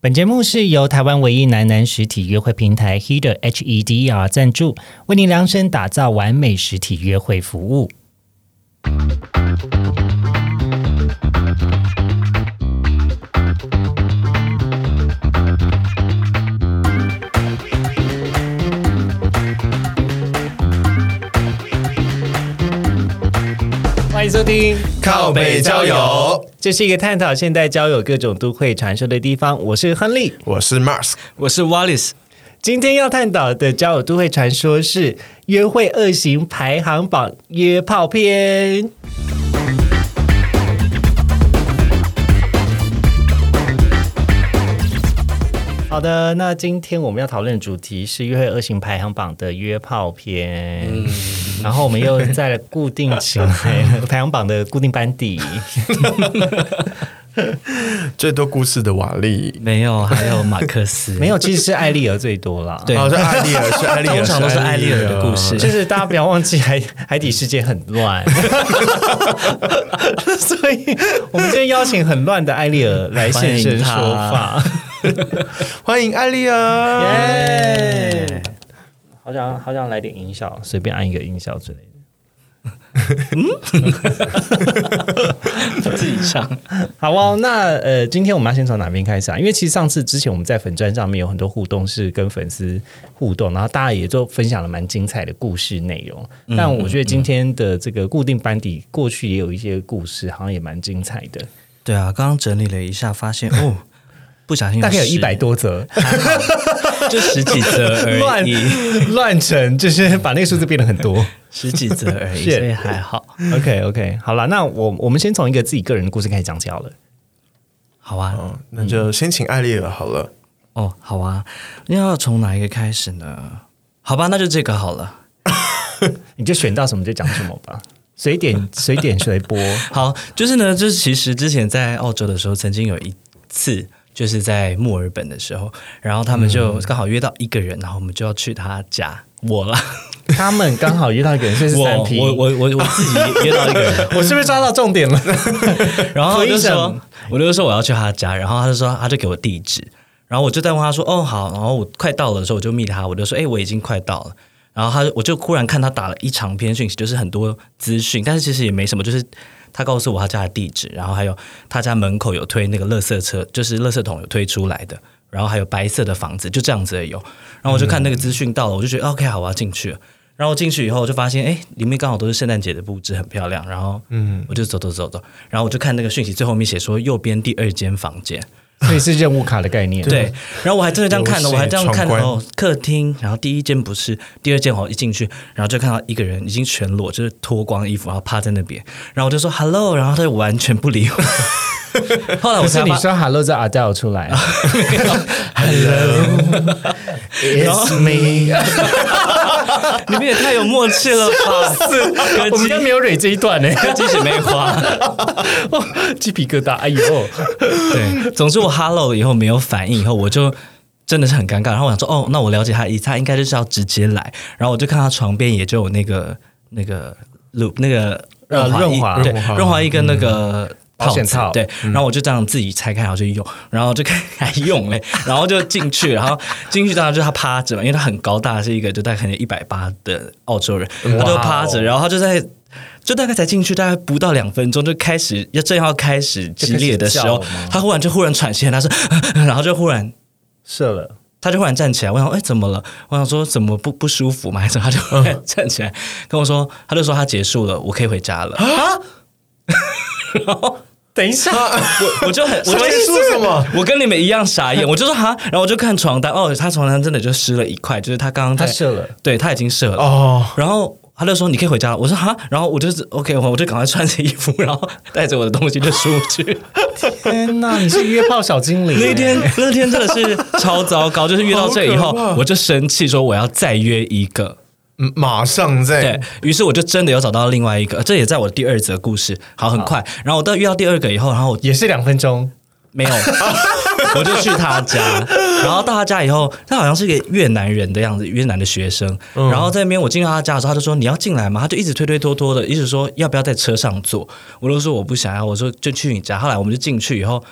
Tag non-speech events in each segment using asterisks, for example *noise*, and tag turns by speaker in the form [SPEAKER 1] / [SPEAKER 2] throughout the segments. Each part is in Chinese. [SPEAKER 1] 本节目是由台湾唯一男男实体约会平台 Heder H E D E R 赞助，为您量身打造完美实体约会服务。欢迎收听《
[SPEAKER 2] 靠北交友，
[SPEAKER 1] 这是一个探讨现代交友各种都会传说的地方。我是亨利，
[SPEAKER 2] 我是 Mars，
[SPEAKER 3] 我是 Wallace，
[SPEAKER 1] 今天要探讨的交友都会传说是约会恶行排行榜约炮篇。好的，那今天我们要讨论的主题是约会恶行排行榜的约炮篇，
[SPEAKER 2] 嗯
[SPEAKER 1] 然后我们又再固定起来了排行榜的固定班底。
[SPEAKER 2] 最多故事的瓦力。
[SPEAKER 3] 没有，还有马克 *laughs* 思，
[SPEAKER 1] 没有，其实是艾丽儿最多啦。嗯
[SPEAKER 3] 对
[SPEAKER 2] 哦，是艾丽尔，是艾丽尔，
[SPEAKER 3] 通常都是艾丽尔的故事
[SPEAKER 1] 就。是大家不要忘记海 *laughs* 海底世界很 *laughs* 乱，所以我们今天邀请很乱的艾丽尔来现身说法。
[SPEAKER 2] 欢迎艾丽尔。
[SPEAKER 1] 耶！好想好想来点音效，随便按一个音效之类的。
[SPEAKER 3] 自己唱，
[SPEAKER 1] 好哦，那呃，今天我们要先从哪边开始啊？因为其实上次之前我们在粉砖上面有很多互动，是跟粉丝互动，然后大家也都分享了蛮精彩的故事内容。
[SPEAKER 3] 嗯
[SPEAKER 1] 但我觉得今天的这个固定班底，过去也有一些故事，好像也蛮精彩的。
[SPEAKER 3] 对啊，刚刚整理了一下，发现哦，不小心
[SPEAKER 1] 大概有
[SPEAKER 3] 十
[SPEAKER 1] 一百，多则，
[SPEAKER 3] 就十几则
[SPEAKER 1] *laughs*
[SPEAKER 3] 而
[SPEAKER 1] 乱
[SPEAKER 3] 已，
[SPEAKER 1] 乱成，就是把那个数字变得很
[SPEAKER 3] *laughs*
[SPEAKER 1] 多。
[SPEAKER 3] 十几则而 *laughs* 已，
[SPEAKER 1] 是
[SPEAKER 3] 所以还好。
[SPEAKER 1] OK OK，好了，那我我们先从一个自己个人的故事开始讲起好了。
[SPEAKER 3] 好啊，
[SPEAKER 2] 哦，那就先请艾丽尔好了。
[SPEAKER 3] 哦，好啊，那要从哪一个开始呢？好吧，那就这个好了。
[SPEAKER 1] 你就选到什么就讲什么吧，随点随点随
[SPEAKER 3] *laughs*
[SPEAKER 1] 播。
[SPEAKER 3] 好，就是呢，就是其实之前在澳洲的时候，曾经有一次。就是在墨尔本的时候，然后他们就刚好约到一个人，然后我们就要去他家，嗯我 *laughs* 啦，
[SPEAKER 1] 他们刚好遇到一个人，所以是
[SPEAKER 3] 我
[SPEAKER 1] 三批。
[SPEAKER 3] 我我我我自己约到一个人，
[SPEAKER 1] *laughs* 我是不是抓到重点了？
[SPEAKER 3] *laughs* 然后我就
[SPEAKER 1] 所以
[SPEAKER 3] 说
[SPEAKER 1] 想，
[SPEAKER 3] 我就说我要去他家，然后他就说，啊他就给我地址，然后我就在问他说，哦好，然后我快到了的时候，我就密他，我就说，哎、我已经快到了，然后他我就忽然看他打了一长篇讯息，就是很多资讯，但是其实也没什么，就是他告诉我他家的地址，然后还有他家门口有推那个垃圾车，就是垃圾桶有推出来的。然后还有白色的房子，就这样子而已哦。然后我就看那个资讯到了，我就觉得、OK，好，我要哦进去了。然后进去以后，我就发现，哎，里面刚好都是圣诞节的布置，很漂亮。然后，嗯，我就走走走走，然后我就看那个讯息最后面写说右边第二间房间，
[SPEAKER 1] *laughs* 所以是任务卡的概念。
[SPEAKER 3] 对。然后我还真的这样看的，
[SPEAKER 2] 游戏
[SPEAKER 3] 我还这样看
[SPEAKER 2] 闯关
[SPEAKER 3] 哦，客厅，然后第一间不是，第二间我一进去，然后就看到一个人已经全裸，就是脱光衣服，然后趴在那边，然后我就说 hello，然后他 *laughs* 就完全不理我。后来我
[SPEAKER 1] 不
[SPEAKER 3] 才
[SPEAKER 1] 是你
[SPEAKER 3] 发
[SPEAKER 1] 说 “hello” 这 Adele 出 *laughs* 来，“hello”，it's me。
[SPEAKER 3] 你们也太有默契了吧！是
[SPEAKER 1] 我们家没有蕊这一段呢，欸 *laughs* 哦
[SPEAKER 3] 鸡血梅花。
[SPEAKER 1] 鸡皮疙瘩，哎呦！
[SPEAKER 3] 对，总之我 hello 了以后没有反应，以后我就真的是很尴尬。然后我想说，哦，那我了解他的意思，他应该就是要直接来。然后我就看他床边也就有那个那个 loop 那个
[SPEAKER 1] 呃
[SPEAKER 3] 润
[SPEAKER 1] 润滑
[SPEAKER 3] 滑液对
[SPEAKER 2] 润滑
[SPEAKER 3] 润滑液跟那个。
[SPEAKER 1] 保险套
[SPEAKER 3] 套子对，然后我就这样自己拆开，然后就用，然后就开 *laughs* 始用嘞，然后就进去，然后进去当然就是他趴着嘛，因为他很高大，是一个就大概可能一百八的澳洲人，他就趴
[SPEAKER 1] 哇哦
[SPEAKER 3] 着，然后他就在就大概才进去，大概不到两分钟就开始要正要开始激烈的时
[SPEAKER 1] 就
[SPEAKER 3] 候
[SPEAKER 1] 开始叫吗，
[SPEAKER 3] 他忽然就忽然喘息，他说， *laughs* 然后就忽然
[SPEAKER 1] 射了，
[SPEAKER 3] 他就忽然站起来，我想哎怎么了？我想说怎么不不舒服吗？还是什么他就忽然站起来跟我说，他就说他结束了，我可以回家了。 *laughs*
[SPEAKER 1] 等一下， *laughs*
[SPEAKER 3] 我我就很我就
[SPEAKER 2] 么意思
[SPEAKER 3] 说
[SPEAKER 2] 什么？
[SPEAKER 3] 我跟你们一样傻眼，我就说哈，然后我就看床单，哦，他床单真的就湿了一块，就是他刚刚
[SPEAKER 1] 他
[SPEAKER 3] 在
[SPEAKER 1] 射了。
[SPEAKER 3] 对他已经射了。
[SPEAKER 2] 哦，
[SPEAKER 3] 然后他就说你可以回家了，我说哈，然后我就是 OK，我我就赶快穿着衣服，然后带着我的东西就出去。
[SPEAKER 1] 天哪，你是约炮小精灵欸！
[SPEAKER 3] *laughs* 那天那天真的是超糟糕，就是遇到这以后
[SPEAKER 2] 好可怕，
[SPEAKER 3] 我就生气说我要再约一个。
[SPEAKER 2] 嗯马上
[SPEAKER 3] 对
[SPEAKER 2] 在
[SPEAKER 3] 于是，我就真的有找到另外一个，这也在我第二则故事。好，很快，然后我到遇到第二个以后，然后我
[SPEAKER 1] 也是两分钟，
[SPEAKER 3] 没有，我就去他家，然后到他家以后，他好像是一个越南人的样子，越南的学生。然后在那边我进到他家的时候，他就说你要进来吗？他就一直推推拖拖的，一直说要不要在车上坐。我就说我不想要，我说就去你家。后来我们就进去以后，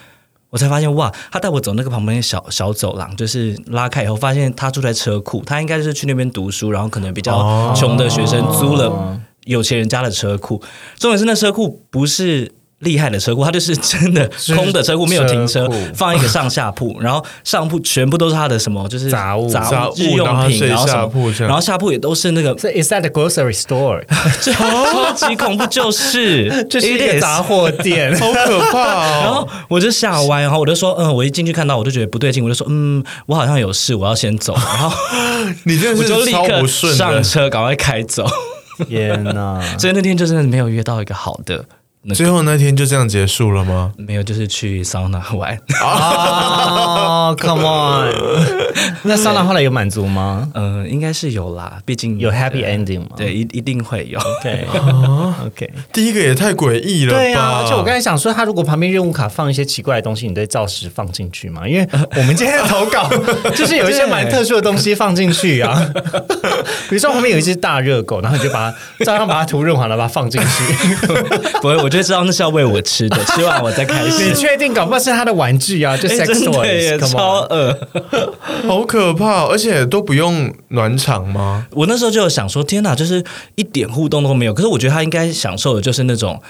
[SPEAKER 3] 我才发现哇，他带我走那个旁边的小小走廊，就是拉开以后，发现他住在车库，他应该就是去那边读书，然后可能比较穷的学生租了有钱人家的车库。重点是那车库不是。厉害的车库，他就是真的
[SPEAKER 2] 是
[SPEAKER 3] 空的车库，没有停车
[SPEAKER 2] 车库，
[SPEAKER 3] 放一个上下铺，然后上铺全部都是他的什么，就是
[SPEAKER 1] 杂物
[SPEAKER 3] 杂
[SPEAKER 2] 杂
[SPEAKER 3] 物
[SPEAKER 2] 物
[SPEAKER 3] 日
[SPEAKER 2] 然
[SPEAKER 3] 用
[SPEAKER 2] 后
[SPEAKER 3] 品，
[SPEAKER 2] 睡
[SPEAKER 3] 然后什
[SPEAKER 2] 下铺
[SPEAKER 3] 么，
[SPEAKER 2] 这样
[SPEAKER 3] 然后下铺也都是那个
[SPEAKER 1] 这 is that a grocery store？
[SPEAKER 3] 超级恐怖，就是
[SPEAKER 1] *laughs* 这是一
[SPEAKER 3] It
[SPEAKER 1] 个
[SPEAKER 3] is
[SPEAKER 1] 杂货 *laughs* 店，
[SPEAKER 2] 好可怕
[SPEAKER 3] 然
[SPEAKER 2] 哦！
[SPEAKER 3] 后我就吓歪，然后我就说，嗯，我一进去看到，我就觉得不对劲，我就说，嗯，我好像有事，我要先走，然后
[SPEAKER 2] 你真
[SPEAKER 3] 我
[SPEAKER 2] 的
[SPEAKER 3] 就是立
[SPEAKER 2] 超
[SPEAKER 3] 刻
[SPEAKER 2] 不顺
[SPEAKER 3] 上
[SPEAKER 2] 的，
[SPEAKER 3] 车，赶快开走。
[SPEAKER 1] 天 *laughs* 哪！
[SPEAKER 3] 所以那天就真的没有约到一个好的，那个
[SPEAKER 2] 最后那天就这样结束了吗？
[SPEAKER 3] 没有就是去桑拿玩， *laughs*
[SPEAKER 1] 哦、c o m *laughs* e on！那莎拉后来有满足吗？
[SPEAKER 3] 嗯，应该是有啦，毕竟
[SPEAKER 1] 有 happy ending 吗？
[SPEAKER 3] 对，一一定会有。 *laughs*
[SPEAKER 1] 对，OK。
[SPEAKER 2] 第一个也太诡异了吧！
[SPEAKER 1] 对啊，而且我刚才想说，他如果旁边任务卡放一些奇怪的东西，你对照实放进去嘛？因为我们今天的投
[SPEAKER 3] *laughs*
[SPEAKER 1] 稿就是有一些蛮特殊的东西放进去啊，比如说旁边有一只大热狗，然后你就把它照样把它涂润滑，然后把它放进去。
[SPEAKER 3] 不会，我就知道那是要喂我吃的，吃完我再开
[SPEAKER 1] 你
[SPEAKER 3] 始。
[SPEAKER 1] 确定？搞不好是他的玩具啊，就
[SPEAKER 3] *laughs* 哎
[SPEAKER 1] sex
[SPEAKER 3] 真的耶，
[SPEAKER 1] toys，come
[SPEAKER 3] 超
[SPEAKER 1] on。
[SPEAKER 3] 饿。
[SPEAKER 2] 好可怕，哦而且都不用暖场吗？
[SPEAKER 3] 我那时候就有想说，天哪，就是一点互动都没有。可是我觉得他应该享受的就是那种。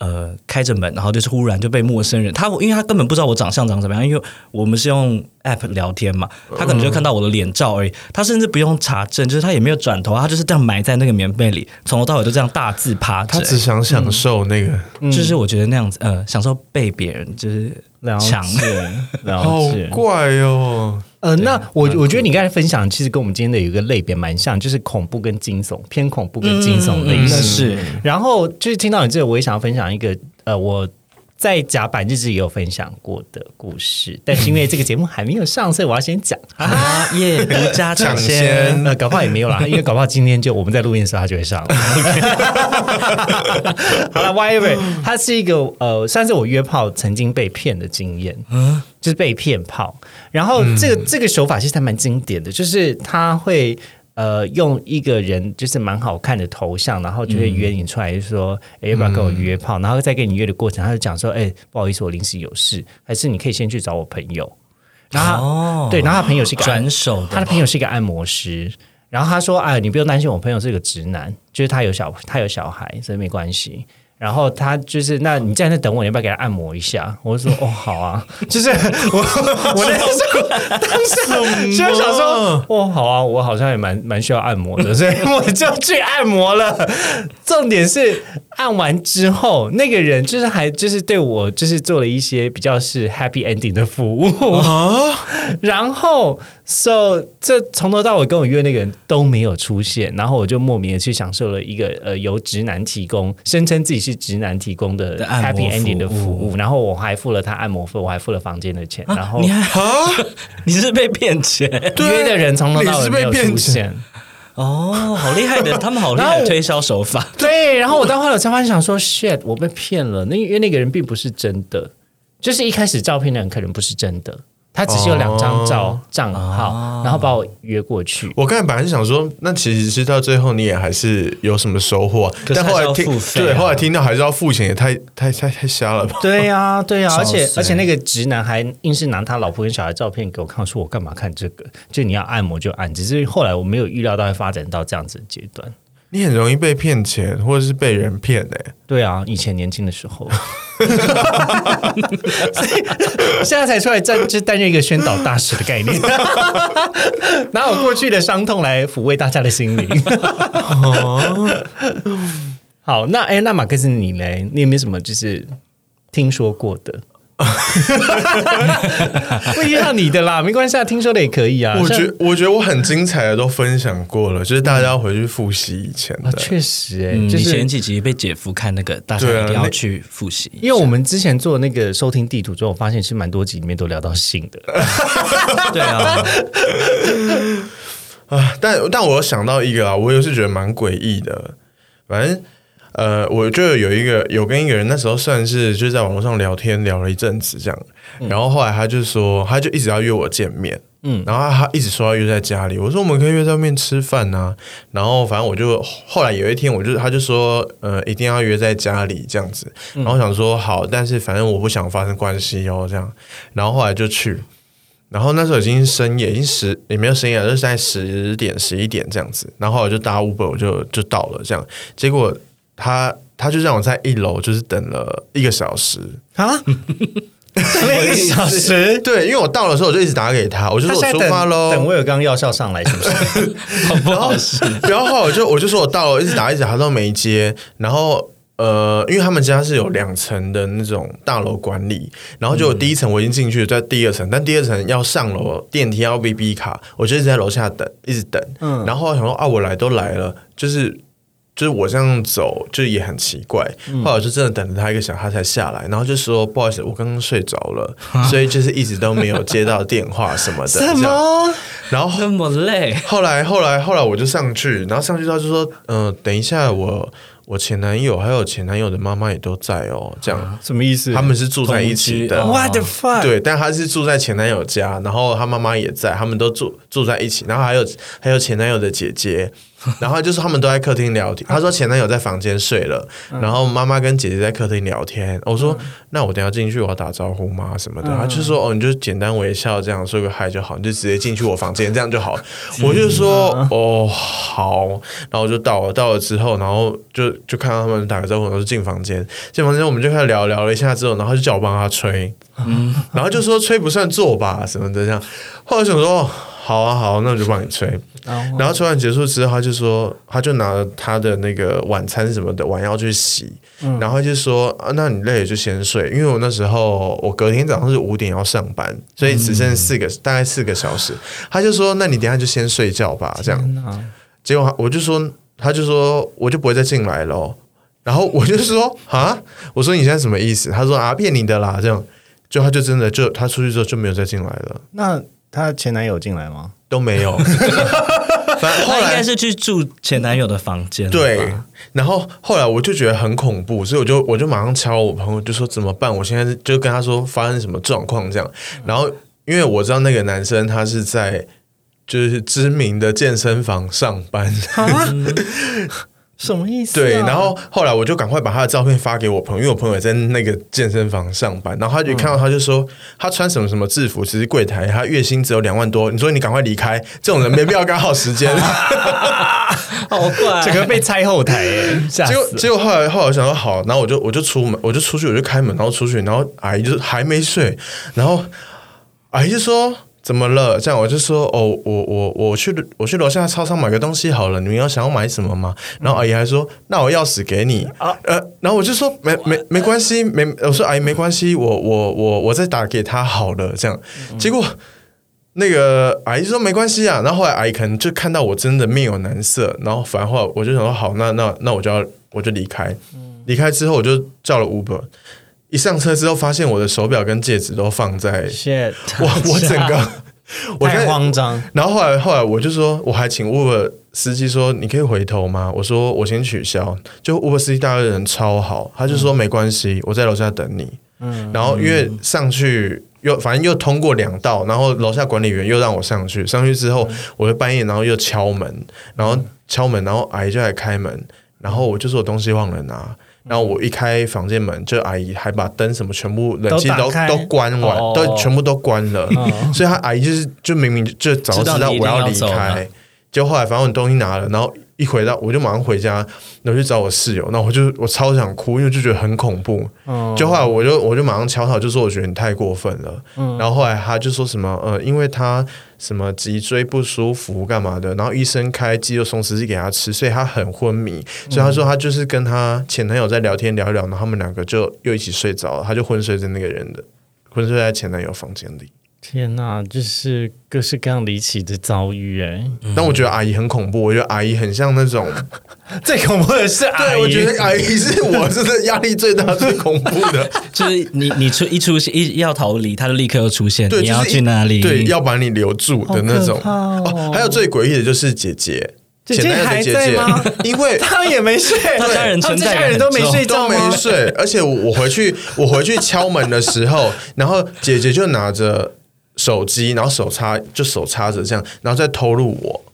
[SPEAKER 3] 呃，开着门，然后就是忽然就被陌生人，他因为他根本不知道我长相长怎么样，因为我们是用 app 聊天嘛，他可能就看到我的脸照而已，他甚至不用查证，就是他也没有转头，他就是这样埋在那个棉被里，从头到尾都这样大字趴
[SPEAKER 2] 他，
[SPEAKER 3] 着
[SPEAKER 2] 只想享受那个，
[SPEAKER 3] 就是我觉得那样子，呃，享受被别人就是
[SPEAKER 1] 了
[SPEAKER 3] 抢
[SPEAKER 1] 解，
[SPEAKER 2] 好
[SPEAKER 1] 嗯了解。
[SPEAKER 2] 怪哦。
[SPEAKER 1] 呃，那我
[SPEAKER 3] 嗯
[SPEAKER 1] 我觉得你刚才分享，其实跟我们今天的有一个类别蛮像，就是恐怖跟惊悚，偏恐怖跟惊悚类型。
[SPEAKER 3] 嗯是
[SPEAKER 1] 然后就是听到你这个，我也想要分享一个，呃，我在甲板日志也有分享过的故事，但是因为这个节目还没有上，所以我要先讲。
[SPEAKER 3] 啊耶，独家抢
[SPEAKER 2] 抢
[SPEAKER 3] 先
[SPEAKER 2] 先，
[SPEAKER 1] 呃，搞不好也没有
[SPEAKER 3] *laughs*
[SPEAKER 1] 啦，因为搞不好今天就我们在录音的时候，它就会上了。好了，whatever，它是一个呃，算是我约炮曾经被骗的经验，嗯，就是被骗炮。然后
[SPEAKER 3] 嗯
[SPEAKER 1] 这个、这个手法其实还蛮经典的，就是他会。呃，用一个人就是蛮好看的头像，然后就
[SPEAKER 3] 嗯
[SPEAKER 1] 会约你出来，就说，哎、要不要跟我约炮？然后在跟你约的过程，他就讲说，哎、不好意思，我临时有事，还是你可以先去找我朋友。然后他、
[SPEAKER 3] 哦
[SPEAKER 1] 对，然后他朋友是一个
[SPEAKER 3] 转手
[SPEAKER 1] 他的
[SPEAKER 3] 的，
[SPEAKER 1] 朋友是一个按摩师，然后他说：“哎，你不用担心，我朋友是个直男，就是他有小他有小孩，所以没关系。”然后他就是，那你在那等我，你要不要给他按摩一下？我就说，哦，好啊， *laughs* 就是我我那时候当时就想说，哦，好啊，我好像也蛮蛮需要按摩的，所以我就去按摩了。重点是按完之后，那个人就是还就是对我就是做了一些比较是 happy ending 的服务，然后，so 这从头到尾跟我约那个人都没有出现，然后我就莫名的去享受了一个呃由直男提供，声称自己是直男提供的
[SPEAKER 3] 的按
[SPEAKER 1] happy
[SPEAKER 3] 摩服
[SPEAKER 1] ending
[SPEAKER 3] 务
[SPEAKER 1] 的服务，然后我还付了他按摩费，我还付了房间的钱，然后
[SPEAKER 3] 你还你是被骗钱。
[SPEAKER 2] 对
[SPEAKER 1] 约的人从头到
[SPEAKER 2] 你
[SPEAKER 1] 尾
[SPEAKER 2] 是
[SPEAKER 1] 没
[SPEAKER 2] 被
[SPEAKER 1] 有
[SPEAKER 2] 骗
[SPEAKER 1] 出
[SPEAKER 2] 钱
[SPEAKER 1] 现。
[SPEAKER 3] 哦，好厉害的，他们好厉
[SPEAKER 1] 然后
[SPEAKER 3] 害
[SPEAKER 1] 我
[SPEAKER 3] 的推销手法。
[SPEAKER 1] 对，然后我到后来才发现，想说 shit，我被骗了。那因为那个人并不是真的，就是一开始照片的人可能不是真的，他只是有两张照账号，然后把我约过去。
[SPEAKER 2] 我刚才本来是想说，那其实是到最后你也还是有什么收获，
[SPEAKER 3] 可是
[SPEAKER 2] 但后来听
[SPEAKER 3] 还是要付费啊
[SPEAKER 2] 对，后来听到还是要付钱，也太太太太瞎了
[SPEAKER 3] *laughs*
[SPEAKER 2] 吧？
[SPEAKER 1] 对呀、对呀、
[SPEAKER 3] 哇
[SPEAKER 1] 而且
[SPEAKER 3] 塞
[SPEAKER 1] 而且那个直男还硬是拿他老婆跟小孩照片给我看，我说我干嘛看这个？就你要按摩就按，只是后来我没有预料到会发展到这样子的阶段。
[SPEAKER 2] 你很容易被骗钱，或者是被人骗哎、
[SPEAKER 1] 对啊，以前年轻的时候， *laughs* 所以现在才出来担就担任一个宣导大使的概 *laughs* 念，拿我过去的伤痛来抚慰大家的心灵。哦 *laughs* 好，那哎、那马克思你嘞，你有没有什么就是听说过 *laughs* 的？不一样你的啦，没关系啊，听说的也可以啊。
[SPEAKER 2] 我
[SPEAKER 1] 像
[SPEAKER 2] 觉我觉得我很精彩的都分享过了，就是大家要回去复习以前
[SPEAKER 1] 啊
[SPEAKER 2] 的，，
[SPEAKER 1] 确实哎、
[SPEAKER 3] 嗯，
[SPEAKER 1] 就
[SPEAKER 3] 你
[SPEAKER 1] 是
[SPEAKER 3] 前几集被姐夫看那个，大家
[SPEAKER 2] 对啊
[SPEAKER 3] 一定要
[SPEAKER 2] 那
[SPEAKER 3] 去复习。
[SPEAKER 1] 因为我们之前做那个收听地图之后，我发现是蛮多集里面都聊到性的。
[SPEAKER 3] 对啊，
[SPEAKER 2] 啊，但但我有想到一个啊，我也是觉得蛮诡异的。反正呃，我就有一个有跟一个人，那时候算是就是在网络上聊天聊了一阵子这样，然后后来他就说，他就一直要约我见面，嗯，然后他一直说要约在家里，我说我们可以约在外面吃饭呐、然后反正我就后来有一天，我就他就说，呃，一定要约在家里这样子。然后我想说好，但是反正我不想发生关系哦，这样。然后后来就去，然后那时候已经深夜，已经十也没有深夜，就是在十点十一点这样子。然后后来就搭 Uber，我就就到了这样。结果他他就让我在一楼就是等了一个小时，
[SPEAKER 1] 啊，那一个小时。
[SPEAKER 2] 对，因为我到的时候我就一直打给他，我就
[SPEAKER 1] 他
[SPEAKER 2] 说
[SPEAKER 1] 现在
[SPEAKER 2] 我出
[SPEAKER 1] 等
[SPEAKER 2] 发喽，
[SPEAKER 1] 等威尔刚药效上来是不是？
[SPEAKER 3] 好不好吃？
[SPEAKER 2] *laughs* 然后后来我就我就说我到了，一直打一直打，他都没接。然后呃，因为他们家是有两层的那种大楼管理，然后就有第一层我已经进去了，在第二层，但第二层要上楼，电梯要 B B 卡，我就一直在楼下等，一直等。嗯，然后我想说啊，我来都来了，就是。就是我这样走，就也很奇怪。后来我就真的等了他一个小时，他才下来，然后就说：“不好意思，我刚刚睡着 *laughs* 了，所以就是一直都没有接到电话什么的。”
[SPEAKER 1] 什
[SPEAKER 2] 这样？
[SPEAKER 1] 么？
[SPEAKER 2] 然后
[SPEAKER 3] 那么累，
[SPEAKER 2] 后来，后来，后来我就上去，然后上去他就说：“嗯、等一下我，我前男友还有前男友的妈妈也都在哦，这样、
[SPEAKER 1] 什么意思？
[SPEAKER 2] 他们是住在一起的。
[SPEAKER 3] 啊同居哦
[SPEAKER 1] What the fuck？
[SPEAKER 2] 对，但他是住在前男友家，然后他妈妈也在，他们都住住在一起，然后还有还有前男友的姐姐，然后就是他们都在客厅聊天。他说前男友在房间睡了，然后妈妈跟姐姐在客厅聊天。我说、那我等一下进去我要打招呼吗？什么的，他就说哦，你就简单微笑这样说个嗨就好，你就直接进去我房间这样就好。我就说哦好，然后我就到了，到了之后，然后就就看到他们打个招呼，然后就进房间，进房间我们就开始聊聊了一下之后，然后就叫我帮他吹。然后就说吹不算做吧什么的这样。后来想说哦好啊好啊那我就帮你吹。
[SPEAKER 1] 然后
[SPEAKER 2] 然后吹完结束之后，他就说他就拿了他的那个晚餐什么的碗要去洗，然后他就说啊那你累了就先睡，因为我那时候我隔天早上是五点要上班，所以只剩四个、大概四个小时。他就说那你等一下就先睡觉吧这样。结果他我就说，他就说我就不会再进来了哦、然后我就说 *laughs* 啊，我说你现在什么意思？他说啊，骗你的啦，这样。就他就真的就他出去之后就没有再进来了，
[SPEAKER 1] 那她前男友进来吗？
[SPEAKER 2] 都没有。反正后
[SPEAKER 3] 哦他应
[SPEAKER 2] 来
[SPEAKER 3] 该是去住前男友的房间了吧，
[SPEAKER 2] 对，然后后来我就觉得很恐怖，所以我就我就马上敲我朋友，就说怎么办？我现在就跟他说发生什么状况这样。然后因为我知道那个男生他是在就是知名的健身房上班，
[SPEAKER 1] 什么意思啊、
[SPEAKER 2] 对，然后后来我就赶快把他的照片发给我朋友，因为我朋友也在那个健身房上班，然后他就看到他就说、他穿什么什么制服，只是柜台，他月薪只有两万多，你说你赶快离开，这种人没必要刚好时间。
[SPEAKER 3] 好怪，啊
[SPEAKER 1] 整个被拆后台、欸，吓
[SPEAKER 2] 结
[SPEAKER 1] 死
[SPEAKER 2] 果
[SPEAKER 1] 了！
[SPEAKER 2] 结果后来后来我想说好，然后我就我就出门，我就出去，我就开门，然后出去，然后阿姨就还没睡，然后阿姨就说。怎么了？这样我就说哦，我我我去我去楼下超商买个东西好了。你们要想要买什么吗？然后阿姨还说，那我钥匙给你。呃，然后我就说没没没关系，没我说阿哎姨没关系，我我我我再打给他好了。这样，结果那个阿姨就说没关系啊，然后后来阿姨可能就看到我真的面有难色，然后反正后来我就想说好，那那那我就要我就离开，离开之后我就叫了 Uber，一上车之后发现我的手表跟戒指都放在
[SPEAKER 1] shit，
[SPEAKER 2] 我我整个
[SPEAKER 1] *laughs*
[SPEAKER 2] 我
[SPEAKER 1] 太
[SPEAKER 2] 在
[SPEAKER 1] 慌张，
[SPEAKER 2] 然后后来后来我就说，我还请 Uber 司机说，你可以回头吗？我说我先取消。就 Uber 司机大哥人超好，他就说没关系，我在楼下等你。嗯，然后因为上去又反正又通过两道，然后楼下管理员又让我上去，上去之后
[SPEAKER 1] 嗯
[SPEAKER 2] 我就半夜然后又敲门，然后敲门，然后阿姨就来开门，然后我就说我东西忘了拿。
[SPEAKER 1] 嗯
[SPEAKER 2] 然后我一开房间门，就阿姨还把灯什么全部冷气
[SPEAKER 1] 都
[SPEAKER 2] 都
[SPEAKER 1] 打开
[SPEAKER 2] 都关完，
[SPEAKER 1] 哦嗯
[SPEAKER 2] 都全部都关了，所以他阿姨就是就明明就早知道
[SPEAKER 3] 知道你一
[SPEAKER 2] 我
[SPEAKER 3] 定要
[SPEAKER 2] 离
[SPEAKER 3] 走了
[SPEAKER 2] 开，就后来反正我东西拿了，然后一回到我就马上回家，然后去找我室友，那我就我超想哭，因为就觉得很恐怖。就后来我就我就马上敲他，我就说我觉得你太过分了。然后后来他就说什么呃，因为他什么脊椎不舒服干嘛的，然后医生开肌肉松弛剂给他吃，所以他很昏迷。所以他说他就是跟他前男友在聊天聊一聊，然后他们两个就又一起睡着了，他就昏睡在那个人的昏睡在前男友房间里。
[SPEAKER 1] 天哪，就是各式各样离奇的遭遇、欸，
[SPEAKER 2] 但我觉得阿姨很恐怖，我觉得阿姨很像那种，
[SPEAKER 1] 哎， *laughs* 最恐怖的是阿
[SPEAKER 2] 对
[SPEAKER 1] 姨，
[SPEAKER 2] 我觉得阿姨是我真的压力最大、最恐怖
[SPEAKER 1] *laughs*
[SPEAKER 2] 的。
[SPEAKER 3] 就是你你出一出现一要逃离，他就立刻又出现，
[SPEAKER 2] 对，
[SPEAKER 3] 你
[SPEAKER 2] 就是
[SPEAKER 3] 要去哪里？
[SPEAKER 2] 对，要把你留住的那种。
[SPEAKER 1] 好可怕哦
[SPEAKER 2] 还有最诡异的就是姐姐，
[SPEAKER 1] 姐姐
[SPEAKER 2] 前男友
[SPEAKER 1] 还
[SPEAKER 2] 的姐
[SPEAKER 1] 在
[SPEAKER 2] 姐
[SPEAKER 1] 吗，
[SPEAKER 2] *laughs*
[SPEAKER 1] *laughs*
[SPEAKER 2] 因为
[SPEAKER 1] *laughs* 他们也没睡，
[SPEAKER 3] 他家人
[SPEAKER 1] 他们
[SPEAKER 3] 存
[SPEAKER 1] 这
[SPEAKER 3] 在
[SPEAKER 1] 家
[SPEAKER 3] 感
[SPEAKER 1] 人都没
[SPEAKER 3] 很重
[SPEAKER 1] 睡
[SPEAKER 2] 都
[SPEAKER 1] 觉吗？
[SPEAKER 2] 没睡，而且我我回去我回去敲门的时候，然后姐姐就拿着。手机，然后手插就手插着这样，然后再偷录我，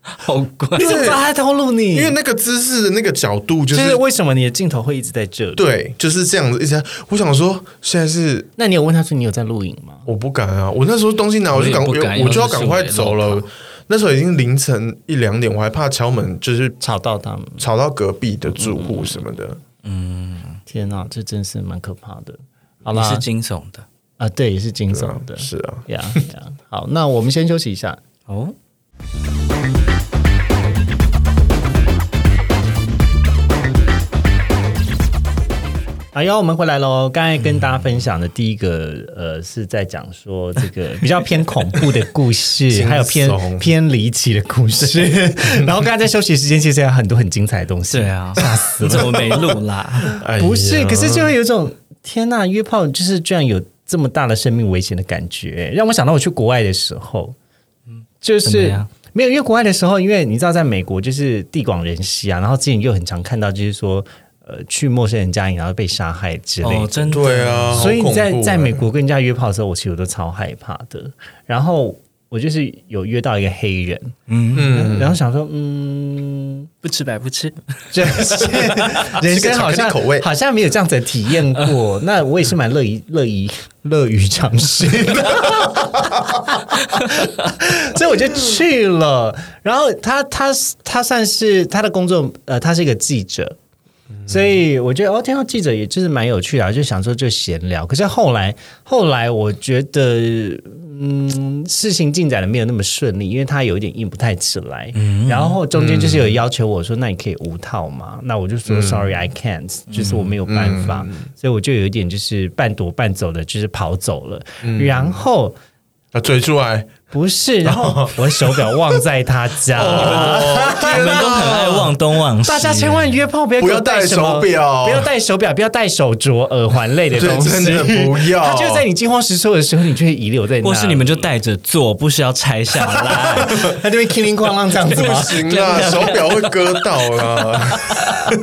[SPEAKER 3] 好怪
[SPEAKER 1] 你怎么知道他在透露你？
[SPEAKER 2] 因为那个姿势的那个角度
[SPEAKER 1] 就
[SPEAKER 2] 就
[SPEAKER 1] 是是为什么你的镜头会一直在这里？，
[SPEAKER 2] 对，就是这样子一直在。我想说，现在是
[SPEAKER 1] 那你有问他说你有在录影吗？
[SPEAKER 2] 我不敢啊！我那时候东西拿，我就赶，
[SPEAKER 3] 我也不敢
[SPEAKER 2] 我我就要
[SPEAKER 3] 要是
[SPEAKER 2] 赶快走
[SPEAKER 3] 我也
[SPEAKER 2] 了
[SPEAKER 3] 弄。
[SPEAKER 2] 那时候已经凌晨一两点，我还怕敲门，就是
[SPEAKER 1] 吵到他们，
[SPEAKER 2] 吵到隔壁的住户什么的。
[SPEAKER 1] 天哪，这真是蛮可怕的。 *laughs* 好
[SPEAKER 3] 你
[SPEAKER 1] 啦，
[SPEAKER 3] 是
[SPEAKER 1] 啊、
[SPEAKER 3] 惊悚的
[SPEAKER 1] 对，也是惊
[SPEAKER 3] 嗯
[SPEAKER 2] 对啊
[SPEAKER 1] 悚的，
[SPEAKER 2] 是啊，
[SPEAKER 1] 呀呀。好，那我们先休息一下。
[SPEAKER 3] 哦。
[SPEAKER 1] 哎呦，我们回来喽！刚才跟大家分享的第一个，呃，是在讲说这个比较偏恐怖的故事，
[SPEAKER 2] 惊悚
[SPEAKER 1] 还有偏偏离奇的故事。然后刚才在休息时间，其实还有很多很精彩的东西。
[SPEAKER 3] 对啊，吓死了！怎么没录
[SPEAKER 1] *laughs*
[SPEAKER 3] 啦？
[SPEAKER 2] 哎呀
[SPEAKER 1] 不是，可是就会有一种天呐，约炮就是居然有这么大的生命危险的感觉，让我想到我去国外的时候，就
[SPEAKER 3] 怎么
[SPEAKER 1] 是
[SPEAKER 3] 样
[SPEAKER 1] 没有，因为国外的时候，因为你知道，在美国就是地广人稀啊，然后之前又很常看到，就是说呃，去陌生人家里然后被杀害之类的。
[SPEAKER 3] 哦，真的
[SPEAKER 2] 对啊，
[SPEAKER 1] 所以你
[SPEAKER 2] 好恐
[SPEAKER 1] 在
[SPEAKER 2] 怖
[SPEAKER 1] 在
[SPEAKER 2] 欸
[SPEAKER 1] 美国跟人家约炮的时候，我其实我都超害怕的。然后我就是有约到一个黑人，嗯，然后想说，嗯，
[SPEAKER 3] 不吃白
[SPEAKER 2] *laughs*
[SPEAKER 3] 不吃，
[SPEAKER 1] *laughs* 就是人生好像
[SPEAKER 2] 巧克力口味
[SPEAKER 1] 好像没有这样子的体验
[SPEAKER 2] *laughs*
[SPEAKER 1] 过。那我也是蛮乐意 *laughs* 乐意乐于尝试的， *laughs* 所以我就去了。然后他他他算是他的工作，呃，他是一个记者。所以我觉得哦，天啊，记者也就是蛮有趣的、啊，就想说就闲聊。可是后来，后来我觉得，嗯，事情进展的没有那么顺利，因为他有一点硬不太起来。
[SPEAKER 2] 嗯
[SPEAKER 1] 然后中间就是有要求我说，那你可以无套吗？那我就
[SPEAKER 2] 嗯
[SPEAKER 1] 说、sorry I can't，就是我没有办法，所以我就有一点就是半躲半走的，就是跑走了。
[SPEAKER 2] 嗯
[SPEAKER 1] 然后。
[SPEAKER 2] 啊追出来，
[SPEAKER 1] 不
[SPEAKER 2] *laughs*
[SPEAKER 1] 是，然后我的手表忘在他家，
[SPEAKER 2] 哦
[SPEAKER 3] 你们都很爱忘东忘西，
[SPEAKER 1] 大家千万约炮不要给我
[SPEAKER 2] 不要戴
[SPEAKER 1] 什么
[SPEAKER 2] 手表
[SPEAKER 1] 不要戴手表，不要戴手镯、耳环类的
[SPEAKER 2] 对
[SPEAKER 1] 东西，
[SPEAKER 2] 真的不要
[SPEAKER 1] 它就在你惊慌失措的时候，你就会遗留在那。
[SPEAKER 3] 或是你们就带着做，不需要拆下来。
[SPEAKER 1] *laughs* 在这边叮铃哐啷这样子 *laughs*
[SPEAKER 2] 不
[SPEAKER 1] 吗？
[SPEAKER 2] 行啦，手表会割到啦。 *laughs*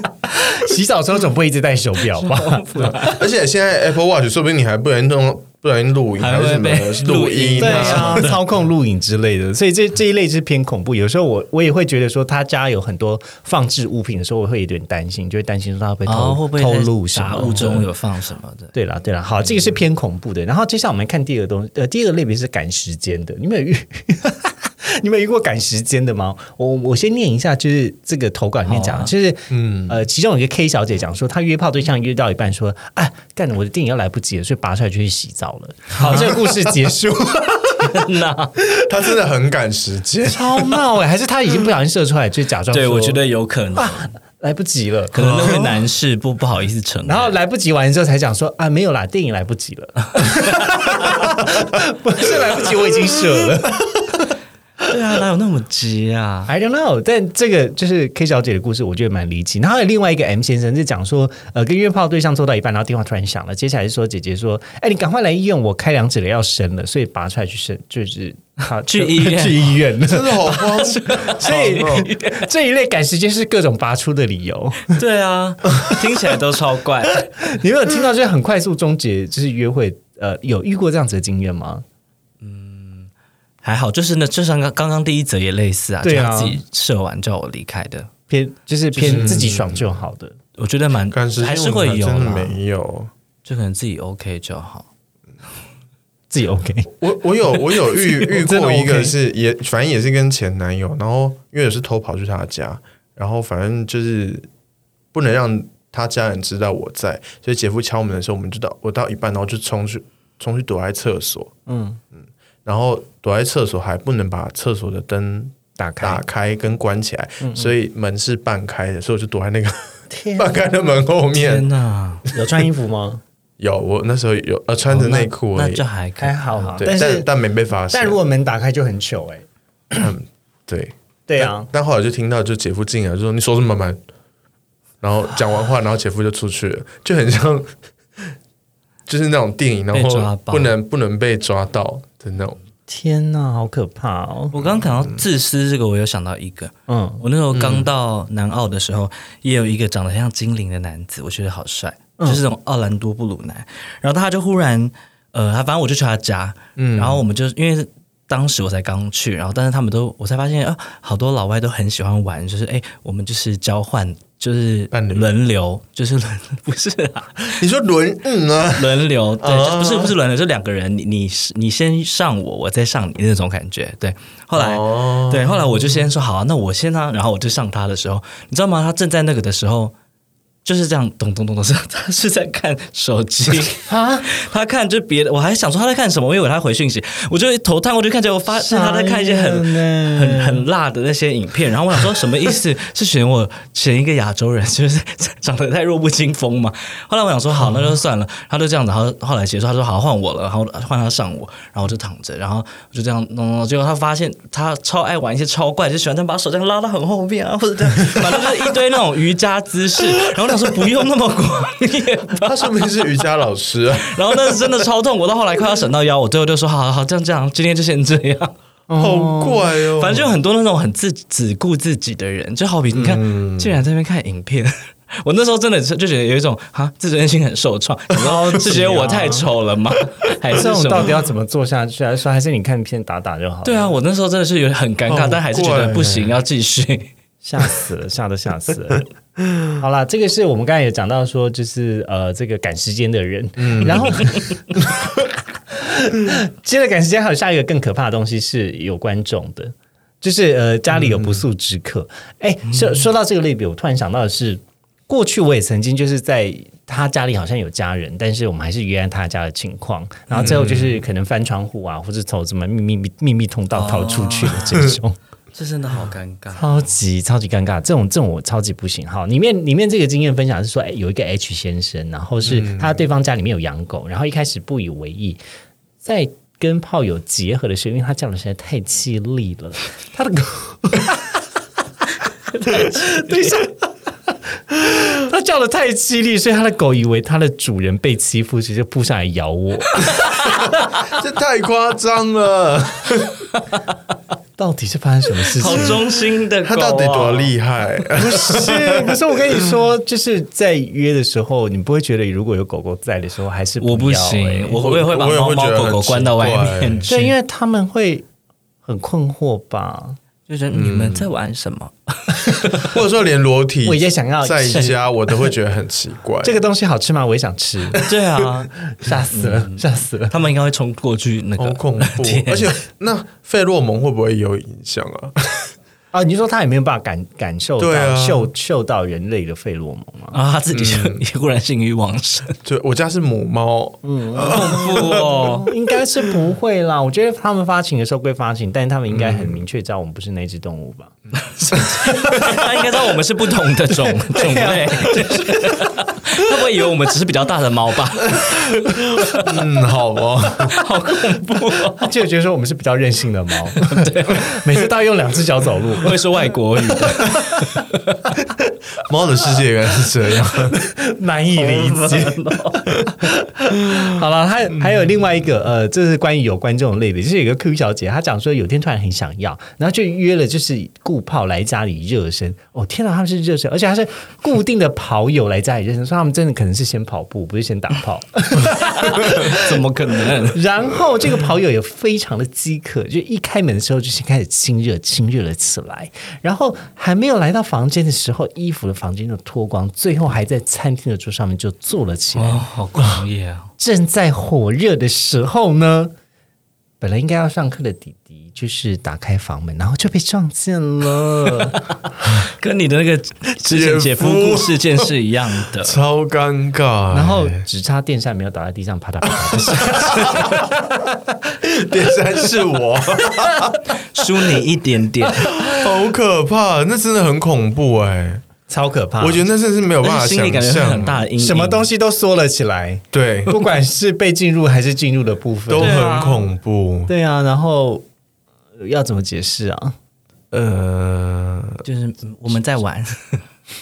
[SPEAKER 1] 洗澡的时候总不会一直戴手表
[SPEAKER 3] *laughs*
[SPEAKER 1] 吧？啊
[SPEAKER 2] 而且现在 Apple Watch 说不定你还不能弄，不能录影，
[SPEAKER 3] 还
[SPEAKER 2] 还
[SPEAKER 3] 会
[SPEAKER 2] 是什么
[SPEAKER 3] 被
[SPEAKER 2] 录
[SPEAKER 3] 录音
[SPEAKER 2] 音
[SPEAKER 1] 对
[SPEAKER 2] 啊
[SPEAKER 1] 啊，操控录影之类的，所以这这一类是偏恐怖。有时候我我也会觉得说，他家有很多放置物品的时候，我会有点担心，就会担心说他会被
[SPEAKER 3] 哦，
[SPEAKER 1] 偷、
[SPEAKER 3] 会不会
[SPEAKER 1] 偷
[SPEAKER 3] 在
[SPEAKER 1] 录什么
[SPEAKER 3] 杂
[SPEAKER 1] 的
[SPEAKER 3] 物中有放什么
[SPEAKER 1] *laughs*
[SPEAKER 3] 的？
[SPEAKER 1] 对啦，对啦，好，这个是偏恐怖的。然后接下来我们看第二个东西，呃，第二个类别是赶时间的。你们有遇？ *laughs* 你们有遇过赶时间的吗？我我先念一下，就是这个投稿里面讲，
[SPEAKER 3] 好啊
[SPEAKER 1] 就是嗯呃，其中有一个 K 小姐讲说，她约炮对象约到一半说，啊，干我的电影要来不及了，所以拔出来就去洗澡了。好，这个故事结束， *laughs*
[SPEAKER 3] 那
[SPEAKER 2] 他真的很赶时间。
[SPEAKER 1] 超闹哎、还是她已经不小心射出来，就假装
[SPEAKER 3] *laughs* 对
[SPEAKER 1] 说
[SPEAKER 3] 我觉得
[SPEAKER 1] *laughs*
[SPEAKER 3] 有可能，
[SPEAKER 1] 来不及了，
[SPEAKER 3] 可能那位男士不不好意思承认。
[SPEAKER 1] *laughs* 然后来不及完之后才讲说啊，没有啦，电影来不及了，不是来不及，我已经射了。
[SPEAKER 3] 对啊，哪有那么
[SPEAKER 1] *laughs*
[SPEAKER 3] 急啊？
[SPEAKER 1] I don't know，但这个就是 K 小姐的故事，我觉得蛮离奇。然后还有另外一个 M 先生是讲说，呃，跟约炮对象做到一半，然后电话突然响了，接下来是说姐姐说，哎，你赶快来医院，我开两指的要生了，所以拔出来去生，
[SPEAKER 3] *laughs*
[SPEAKER 1] 就是好
[SPEAKER 3] 去医院
[SPEAKER 1] *laughs* 去医院了。
[SPEAKER 2] *laughs* 真的好慌，
[SPEAKER 1] *laughs* 所以这一类赶时间是各种拔出的理由。
[SPEAKER 3] *laughs* 对啊，听起来都超怪。
[SPEAKER 1] *laughs* 你们有听到就是很快速终结就是约会，呃，有遇过这样子的经验吗？
[SPEAKER 3] 还好，就是那就像刚刚刚第一则也类似啊，
[SPEAKER 1] 对啊
[SPEAKER 3] 就他自己射完叫我离开的，
[SPEAKER 1] 偏就是偏自己爽就好的。
[SPEAKER 3] 我觉得蛮
[SPEAKER 2] 赶时间
[SPEAKER 3] 还是
[SPEAKER 2] 我
[SPEAKER 3] 会有
[SPEAKER 2] 真的
[SPEAKER 3] 啦，
[SPEAKER 2] 没有。
[SPEAKER 3] 就可能自己 OK 就好。
[SPEAKER 1] 自己 OK，
[SPEAKER 2] 我我有我有遇遇
[SPEAKER 1] 真的
[SPEAKER 2] 过
[SPEAKER 1] OK
[SPEAKER 2] 一个是也反正也是跟前男友，然后因为也是偷跑去他家，然后反正就是不能让他家人知道我在，所以姐夫敲门的时候，我们就到我到一半，然后就冲去冲去躲在厕所，嗯嗯，然后躲在厕所还不能把厕所的灯
[SPEAKER 1] *laughs* 打开
[SPEAKER 2] 打开跟关起来，
[SPEAKER 1] 嗯
[SPEAKER 2] 所以门是半开的，所以我就躲在那个 *laughs* 半开的门后面
[SPEAKER 3] 天。哪，哦
[SPEAKER 1] 有穿衣服吗？
[SPEAKER 2] 有我那时候有呃穿
[SPEAKER 1] 哦
[SPEAKER 2] 着内裤
[SPEAKER 3] 那
[SPEAKER 2] 而已
[SPEAKER 3] 就，还可
[SPEAKER 1] *laughs* 还
[SPEAKER 3] 以。
[SPEAKER 1] 好哈，
[SPEAKER 2] 对，
[SPEAKER 1] 但
[SPEAKER 2] 但
[SPEAKER 1] 是
[SPEAKER 2] 但没被发现。
[SPEAKER 1] 但如果门打开就很糗哎、
[SPEAKER 2] 对。
[SPEAKER 1] 对
[SPEAKER 2] 但
[SPEAKER 1] 啊，
[SPEAKER 2] 但后来就听到，就姐夫进来就说：“你说什么门？”然后讲完话，然后姐夫就出去了，就很像，就是那种电影，然
[SPEAKER 3] 被抓
[SPEAKER 2] 后
[SPEAKER 3] 包
[SPEAKER 2] 不能不能被抓到的那种。
[SPEAKER 1] 天哪，好可怕哦！
[SPEAKER 3] 我刚刚讲到自私这个，我有想到一个，
[SPEAKER 1] 嗯
[SPEAKER 3] 我那时候刚到南澳的时候，也有一个长得
[SPEAKER 2] 嗯
[SPEAKER 3] 像精灵的男子，我觉得好帅，就是这种奥兰多布鲁男。然后他就忽然呃，他反正我就去他家，嗯，然后我们就因为当时我才刚去，然后但是他们都我才发现啊，好多老外都很喜欢玩，就是哎，我们就是交换，就是
[SPEAKER 2] 伴侣
[SPEAKER 3] 轮流，就是轮 *laughs* 不是啊，
[SPEAKER 2] 你说轮嗯啊，
[SPEAKER 3] *laughs* 轮流，对，
[SPEAKER 2] 哦
[SPEAKER 3] 就是不是不是轮流，就两个人，你你你先上我，我再上你那种感觉。对，后来、
[SPEAKER 2] 哦
[SPEAKER 3] 对，后来我就先说好、啊，那我先上，然后我就上他的时候，你知道吗？他正在那个的时候。就是这样，咚咚咚咚，是他是在看手机啊， *laughs* 他看就别的，我还想说他在看什么，我以为他回讯息，我就头探过去看，结果发现他在看一些很
[SPEAKER 1] 傻眼欸
[SPEAKER 3] 很很辣的那些影片，然后我想说什么意思？ *laughs* 是选我选一个亚洲人，就是长得太弱不禁风嘛？后来我想说好，那就算了，他就这样子，然后后来结束，他说好换我了，然后换他上我，然后我就躺着，然后我就这样弄弄，弄结果他发现他超爱玩一些超怪，就喜欢这样把手这样拉到很后面啊，或者这样，反正就是一堆那种瑜伽姿势，然后我想说不用那么狂烈吧。
[SPEAKER 2] 他说明是瑜伽老师
[SPEAKER 1] *laughs*
[SPEAKER 2] 啊，
[SPEAKER 3] *laughs* 然后那是真的超痛，我到后来快要闪到腰，我最后就说好好好，这样这样，今天就先这样。
[SPEAKER 2] 哦好怪哦。
[SPEAKER 3] 反正就有很多那种很自只顾自己的人，就好比你看，
[SPEAKER 2] 嗯
[SPEAKER 3] 竟然在那边看影片。我那时候真的是就觉得有一种啊，自尊心很受创，然
[SPEAKER 2] *laughs*
[SPEAKER 3] 后是觉得我太丑了吗？还是
[SPEAKER 1] 这种
[SPEAKER 3] 什
[SPEAKER 1] 到底
[SPEAKER 3] 么？
[SPEAKER 1] 要怎么做下去啊？说还是你看片打打就好了。
[SPEAKER 3] 对啊，我那时候真的是有点很尴尬，
[SPEAKER 2] 好
[SPEAKER 3] 但还是觉
[SPEAKER 2] 怪
[SPEAKER 3] 得
[SPEAKER 2] 欸
[SPEAKER 3] 不行，要继续。
[SPEAKER 1] 吓死了，吓都吓死了。 *laughs* 好啦，这个是我们刚才也讲到说，就是呃，这个赶时间的人，然后 *laughs* 接着赶时间，还有下一个更可怕的东西是有观众的，就是呃家里有不速之客。哎、说说到这个类比，我突然想到的是，过去我也曾经就是在。他家里好像有家人，但是我们还是约按他家的情况，然后最后就是可能翻窗户啊，或者从什么秘密秘密通道逃出去的这种。
[SPEAKER 3] 这真的好尴尬。
[SPEAKER 1] 超级超级尴尬，这种这种我超级不行。好，里面里面这个经验分享是说，哎，有一个 H 先生，然后是他对方家里面有养狗，然后一开始不以为意，在跟炮友结合的时候，因为他叫的实在太凄厉了，他的狗，对象。 *laughs* 他叫的太凄厉，所以他的狗以为他的主人被欺负，直接扑上来咬我。
[SPEAKER 2] 这太夸
[SPEAKER 1] *laughs*
[SPEAKER 2] 张了，
[SPEAKER 1] 到底是发生什么事情？
[SPEAKER 3] *laughs* 好忠心的狗、啊
[SPEAKER 2] 他到底多？厉害？
[SPEAKER 1] 不是，可是我跟你说，就是在约的时候，你不会觉得如果有狗狗在的时候，还是
[SPEAKER 3] 我
[SPEAKER 1] 不
[SPEAKER 3] 不
[SPEAKER 1] 要欸
[SPEAKER 3] 行，我
[SPEAKER 2] 我
[SPEAKER 3] 我也会把
[SPEAKER 2] 我也
[SPEAKER 3] 猫
[SPEAKER 2] 会
[SPEAKER 3] 猫
[SPEAKER 2] 觉得
[SPEAKER 3] 狗
[SPEAKER 2] 很
[SPEAKER 3] 狗
[SPEAKER 2] 奇
[SPEAKER 3] 关到外
[SPEAKER 2] 怪
[SPEAKER 3] 面
[SPEAKER 1] 对，因
[SPEAKER 3] 去，
[SPEAKER 1] 为他们会很困惑吧？
[SPEAKER 3] 就觉得你
[SPEAKER 2] 嗯
[SPEAKER 3] 们在玩什么？
[SPEAKER 2] 或者说连裸体，
[SPEAKER 1] 我也想要
[SPEAKER 2] 在家，我都会觉得很奇怪。
[SPEAKER 1] *laughs* 这个东西好吃吗？我也想
[SPEAKER 3] *laughs*
[SPEAKER 1] 吃，
[SPEAKER 3] *laughs* 对啊，
[SPEAKER 1] 吓死了，
[SPEAKER 3] 嗯
[SPEAKER 1] 吓死了！
[SPEAKER 3] 他们应该会冲过去那
[SPEAKER 2] 好
[SPEAKER 1] 哦
[SPEAKER 3] 个
[SPEAKER 2] 恐怖
[SPEAKER 3] 天，
[SPEAKER 2] 而且那费洛蒙会不会有影响啊？ *laughs*
[SPEAKER 1] 啊，你说他也没有办法感感受
[SPEAKER 2] 对
[SPEAKER 1] 到、
[SPEAKER 2] 啊
[SPEAKER 1] 嗅嗅到人类的费洛蒙吗？
[SPEAKER 3] 啊，他自己就
[SPEAKER 1] 嗯
[SPEAKER 3] 也固然性欲旺
[SPEAKER 1] *laughs*
[SPEAKER 3] 盛，
[SPEAKER 2] 就我家是母猫，
[SPEAKER 3] 恐怖哦。
[SPEAKER 1] 应该是不会啦， *laughs* 我觉得他们发情的时候归发情，但是他们应该很明确知道我们不是那只动物吧？
[SPEAKER 3] 他应该知道我们是不同的
[SPEAKER 1] *laughs*
[SPEAKER 3] 种种类，就是
[SPEAKER 1] 啊
[SPEAKER 3] *laughs* 他不会以为我们只是比较大的猫吧？
[SPEAKER 2] 嗯，好哦，
[SPEAKER 3] 好恐怖、哦！
[SPEAKER 1] 他就觉得说我们是比较任性的
[SPEAKER 3] *laughs*
[SPEAKER 1] 猫， *laughs* 每次都要用两只脚走路。
[SPEAKER 3] 会说外国语的，
[SPEAKER 2] *laughs* 猫的世界原来是这样，。
[SPEAKER 1] *laughs* 难以理解。嗯好了，还还有另外一个，呃，这是关于有关这种类别，就是有一个 Q 小姐，她讲说有天突然很想要，然后就约了就是顾炮来家里热身。哦天哪，他们是热身，而且还是固定的跑友来家里热身，说他们真的可能是先跑步，不是先打 *laughs* 炮。
[SPEAKER 3] 怎么可能？
[SPEAKER 1] 然后这个跑友也非常的饥渴，就一开门的时候就先开始亲热，亲热了起来。然后还没有来到房间的时候，衣服的房间就脱光，最后还在餐厅的桌上面就坐了起来。
[SPEAKER 3] 哦，好狂野哦！
[SPEAKER 1] 正在火热的时候呢，本来应该要上课的弟弟，就是打开房门，然后就被撞见了。
[SPEAKER 3] 跟你的那个之前姐夫故事件是一样
[SPEAKER 2] *laughs*
[SPEAKER 3] 的
[SPEAKER 2] 超尴尬。
[SPEAKER 1] 然
[SPEAKER 2] *laughs*
[SPEAKER 1] 后只差电扇没有倒在地上，啪嗒啪嗒的声音。
[SPEAKER 2] 第三是我，
[SPEAKER 3] 输你一点
[SPEAKER 1] *laughs*
[SPEAKER 3] 点，
[SPEAKER 2] *laughs* 好可怕，那真的很恐怖哎，
[SPEAKER 1] 超可怕！
[SPEAKER 2] 我觉得那真是没有办法
[SPEAKER 3] 但是心里
[SPEAKER 2] 想
[SPEAKER 3] 感觉会很大
[SPEAKER 2] 象，
[SPEAKER 3] 的阴影。
[SPEAKER 1] 什么东西都缩了起
[SPEAKER 2] *laughs*
[SPEAKER 1] 来， *laughs*
[SPEAKER 2] 对，
[SPEAKER 1] 不管是被进入还是进入的部分，
[SPEAKER 2] 都很恐怖。
[SPEAKER 1] 对啊。然后呃要怎么解释啊？
[SPEAKER 2] 呃，
[SPEAKER 3] 就是嗯我们在玩，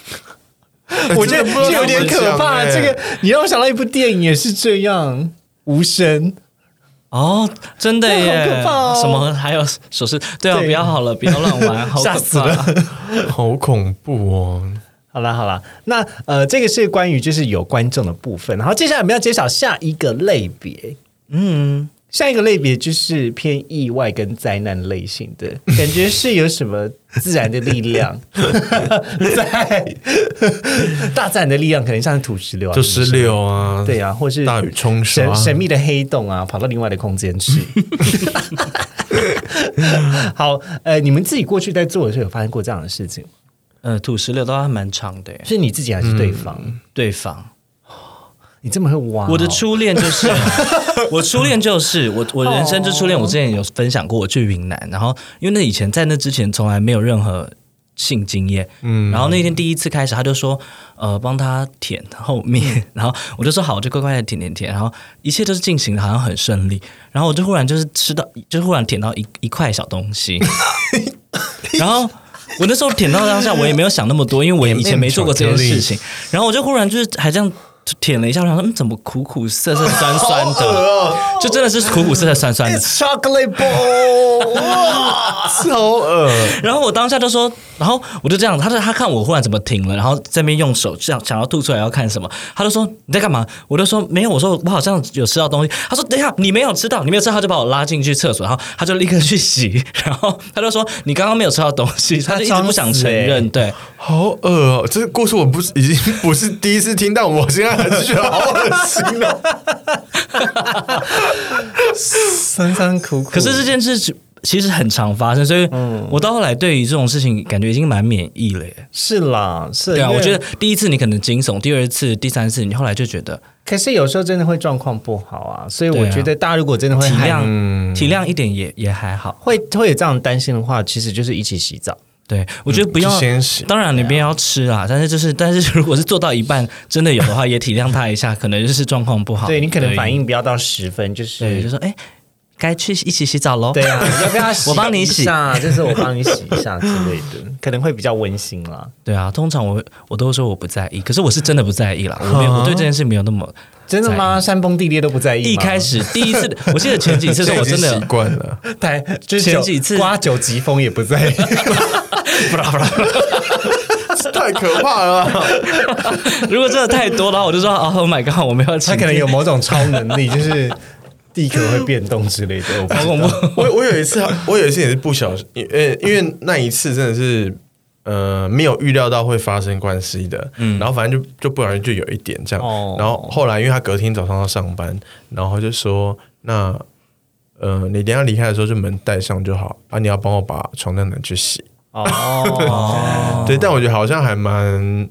[SPEAKER 1] *laughs* 我觉得
[SPEAKER 2] 真的不知道
[SPEAKER 1] 这有点可怕。
[SPEAKER 2] 怎
[SPEAKER 1] 这
[SPEAKER 2] 么讲欸
[SPEAKER 1] 个你让我想到一部电影也是这样，无声。
[SPEAKER 3] 哦，真的
[SPEAKER 1] 哇
[SPEAKER 3] 耶，
[SPEAKER 1] 好可怕哦
[SPEAKER 3] 什么还有手势？对啊，
[SPEAKER 1] 对
[SPEAKER 3] 不要好了，不要乱玩，好可怕
[SPEAKER 1] 吓死了。
[SPEAKER 2] 好恐怖哦。
[SPEAKER 1] 好啦好啦，那呃，这个是关于就是有观众的部分，然后接下来我们要揭晓下一个类别，嗯，下一个类别就是偏意外跟灾难类型的，感觉是有什么自然的力
[SPEAKER 2] *laughs*
[SPEAKER 1] 量在，大自然的力量可能像是土石流啊，
[SPEAKER 2] 就石榴啊，
[SPEAKER 1] 对啊，或是
[SPEAKER 2] 大雨冲刷
[SPEAKER 1] 神神秘的黑洞啊，跑到另外的空间去。 *laughs* 好，呃，你们自己过去在做的时候有发生过这样的事情吗，
[SPEAKER 3] 呃，土石流的话还蛮长的耶，
[SPEAKER 1] 是你自己还是对方？
[SPEAKER 3] 对方。
[SPEAKER 1] 你这么会挖哦、
[SPEAKER 3] 我的初恋就是，我初恋就是我，我人生之初恋。我之前有分享过，我去云南，然后因为那以前在那之前从来没有任何性经验，嗯，然后那天第一次开始，他就说，呃，帮他舔后面， *laughs* 然后我就说好，我就乖乖的舔舔舔，然后一切都是进行的好像很顺利，然后我就忽然就是吃到，就忽然舔到一一块小东西，然后。我那时候舔到当下，我也没有想那么多，因为我以前没做过这件事情。然后我就忽然就是还这样舔了一下，我想说，嗯，怎么苦苦涩涩酸酸的？就真的是苦苦涩涩酸
[SPEAKER 1] *laughs*
[SPEAKER 3] 酸的。
[SPEAKER 1] chocolate ball，
[SPEAKER 2] 超恶，
[SPEAKER 3] 然后我当下就说，然后我就这样，他说他看我忽然怎么停了，然后这边用手这样想要吐出来要看什么，他就说你在干嘛？我就说没有，我说我好像有吃到东西。他说等一下你没有吃到，你没有吃到，他就把我拉进去厕所，然后他就立刻去洗，然后他就说你刚刚没有吃到东西，他就一直不想承认， *laughs* 对。
[SPEAKER 2] 好恶哦！这个故事我不是已经不是第一次听到，我现在还是觉得好恶心
[SPEAKER 3] *laughs*
[SPEAKER 2] 哦。
[SPEAKER 1] *laughs* 酸酸苦苦。
[SPEAKER 3] 可是这件事情其实很常发生，所以
[SPEAKER 1] 嗯
[SPEAKER 3] 我到后来对于这种事情感觉已经蛮免疫了耶。
[SPEAKER 1] 是啦，是。
[SPEAKER 3] 对啊，
[SPEAKER 1] 因为
[SPEAKER 3] 我觉得第一次你可能惊悚，第二次、第三次你后来就觉得
[SPEAKER 1] 可是有时候真的会状况不好啊，所以我
[SPEAKER 3] 对啊
[SPEAKER 1] 觉得大家如果真的会
[SPEAKER 3] 体
[SPEAKER 1] 害
[SPEAKER 3] 谅、体谅一点也也还好。
[SPEAKER 1] 会会有这样担心的话，其实就是一起洗澡。
[SPEAKER 3] 对，我觉得
[SPEAKER 1] 嗯
[SPEAKER 3] 不要
[SPEAKER 2] 就先洗，
[SPEAKER 3] 当然你不要吃啊，但是就是，但是如果是做到一半真的有的话，也体谅他一下，可能就是状况不好。
[SPEAKER 1] 对你可能
[SPEAKER 3] 对
[SPEAKER 1] 反应不要到十分，就
[SPEAKER 3] 对，
[SPEAKER 1] 是
[SPEAKER 3] 就说哎，该去一起洗澡喽。
[SPEAKER 1] 对啊，要不要洗
[SPEAKER 3] 我帮你洗
[SPEAKER 1] 一下，就是我帮你洗一下之类的，可能会比较温馨啦。
[SPEAKER 3] *laughs* 对啊，通常我我都说我不在意，可是我是真的不在意啦，我
[SPEAKER 1] 嗯
[SPEAKER 3] 没有，我对这件事没有那么
[SPEAKER 1] 真的吗？山崩地裂都不在意吗？
[SPEAKER 3] 一开始第一次， *laughs* 我记得前几次
[SPEAKER 2] 这
[SPEAKER 3] 是我
[SPEAKER 2] 已经
[SPEAKER 3] 真的
[SPEAKER 2] 习惯了，
[SPEAKER 1] 台就是
[SPEAKER 3] 前
[SPEAKER 1] 九
[SPEAKER 3] 几次
[SPEAKER 1] 刮九级风也不在意，
[SPEAKER 2] 这太可怕了
[SPEAKER 3] *laughs*
[SPEAKER 2] 吧。
[SPEAKER 3] 如果真的太多的话，我就说 Oh my god，我们要
[SPEAKER 1] 他可能有某种超能力， *laughs* 就是地壳会变动之类的。我不知
[SPEAKER 3] 好
[SPEAKER 1] 道
[SPEAKER 3] *laughs* 恐怖。
[SPEAKER 2] 我我有一次，我有一次也是不小心，因呃，因为那一次真的是呃没有预料到会发生关系的，
[SPEAKER 3] 嗯
[SPEAKER 2] 然后反正就就不小心就有一点这样，
[SPEAKER 1] 哦
[SPEAKER 2] 然后后来因为他隔天早上要上班，然后他就说那呃你等一下离开的时候就门带上就好啊，你要帮我把床单拿去洗，
[SPEAKER 1] 哦，
[SPEAKER 2] 对，但我觉得好像还蛮。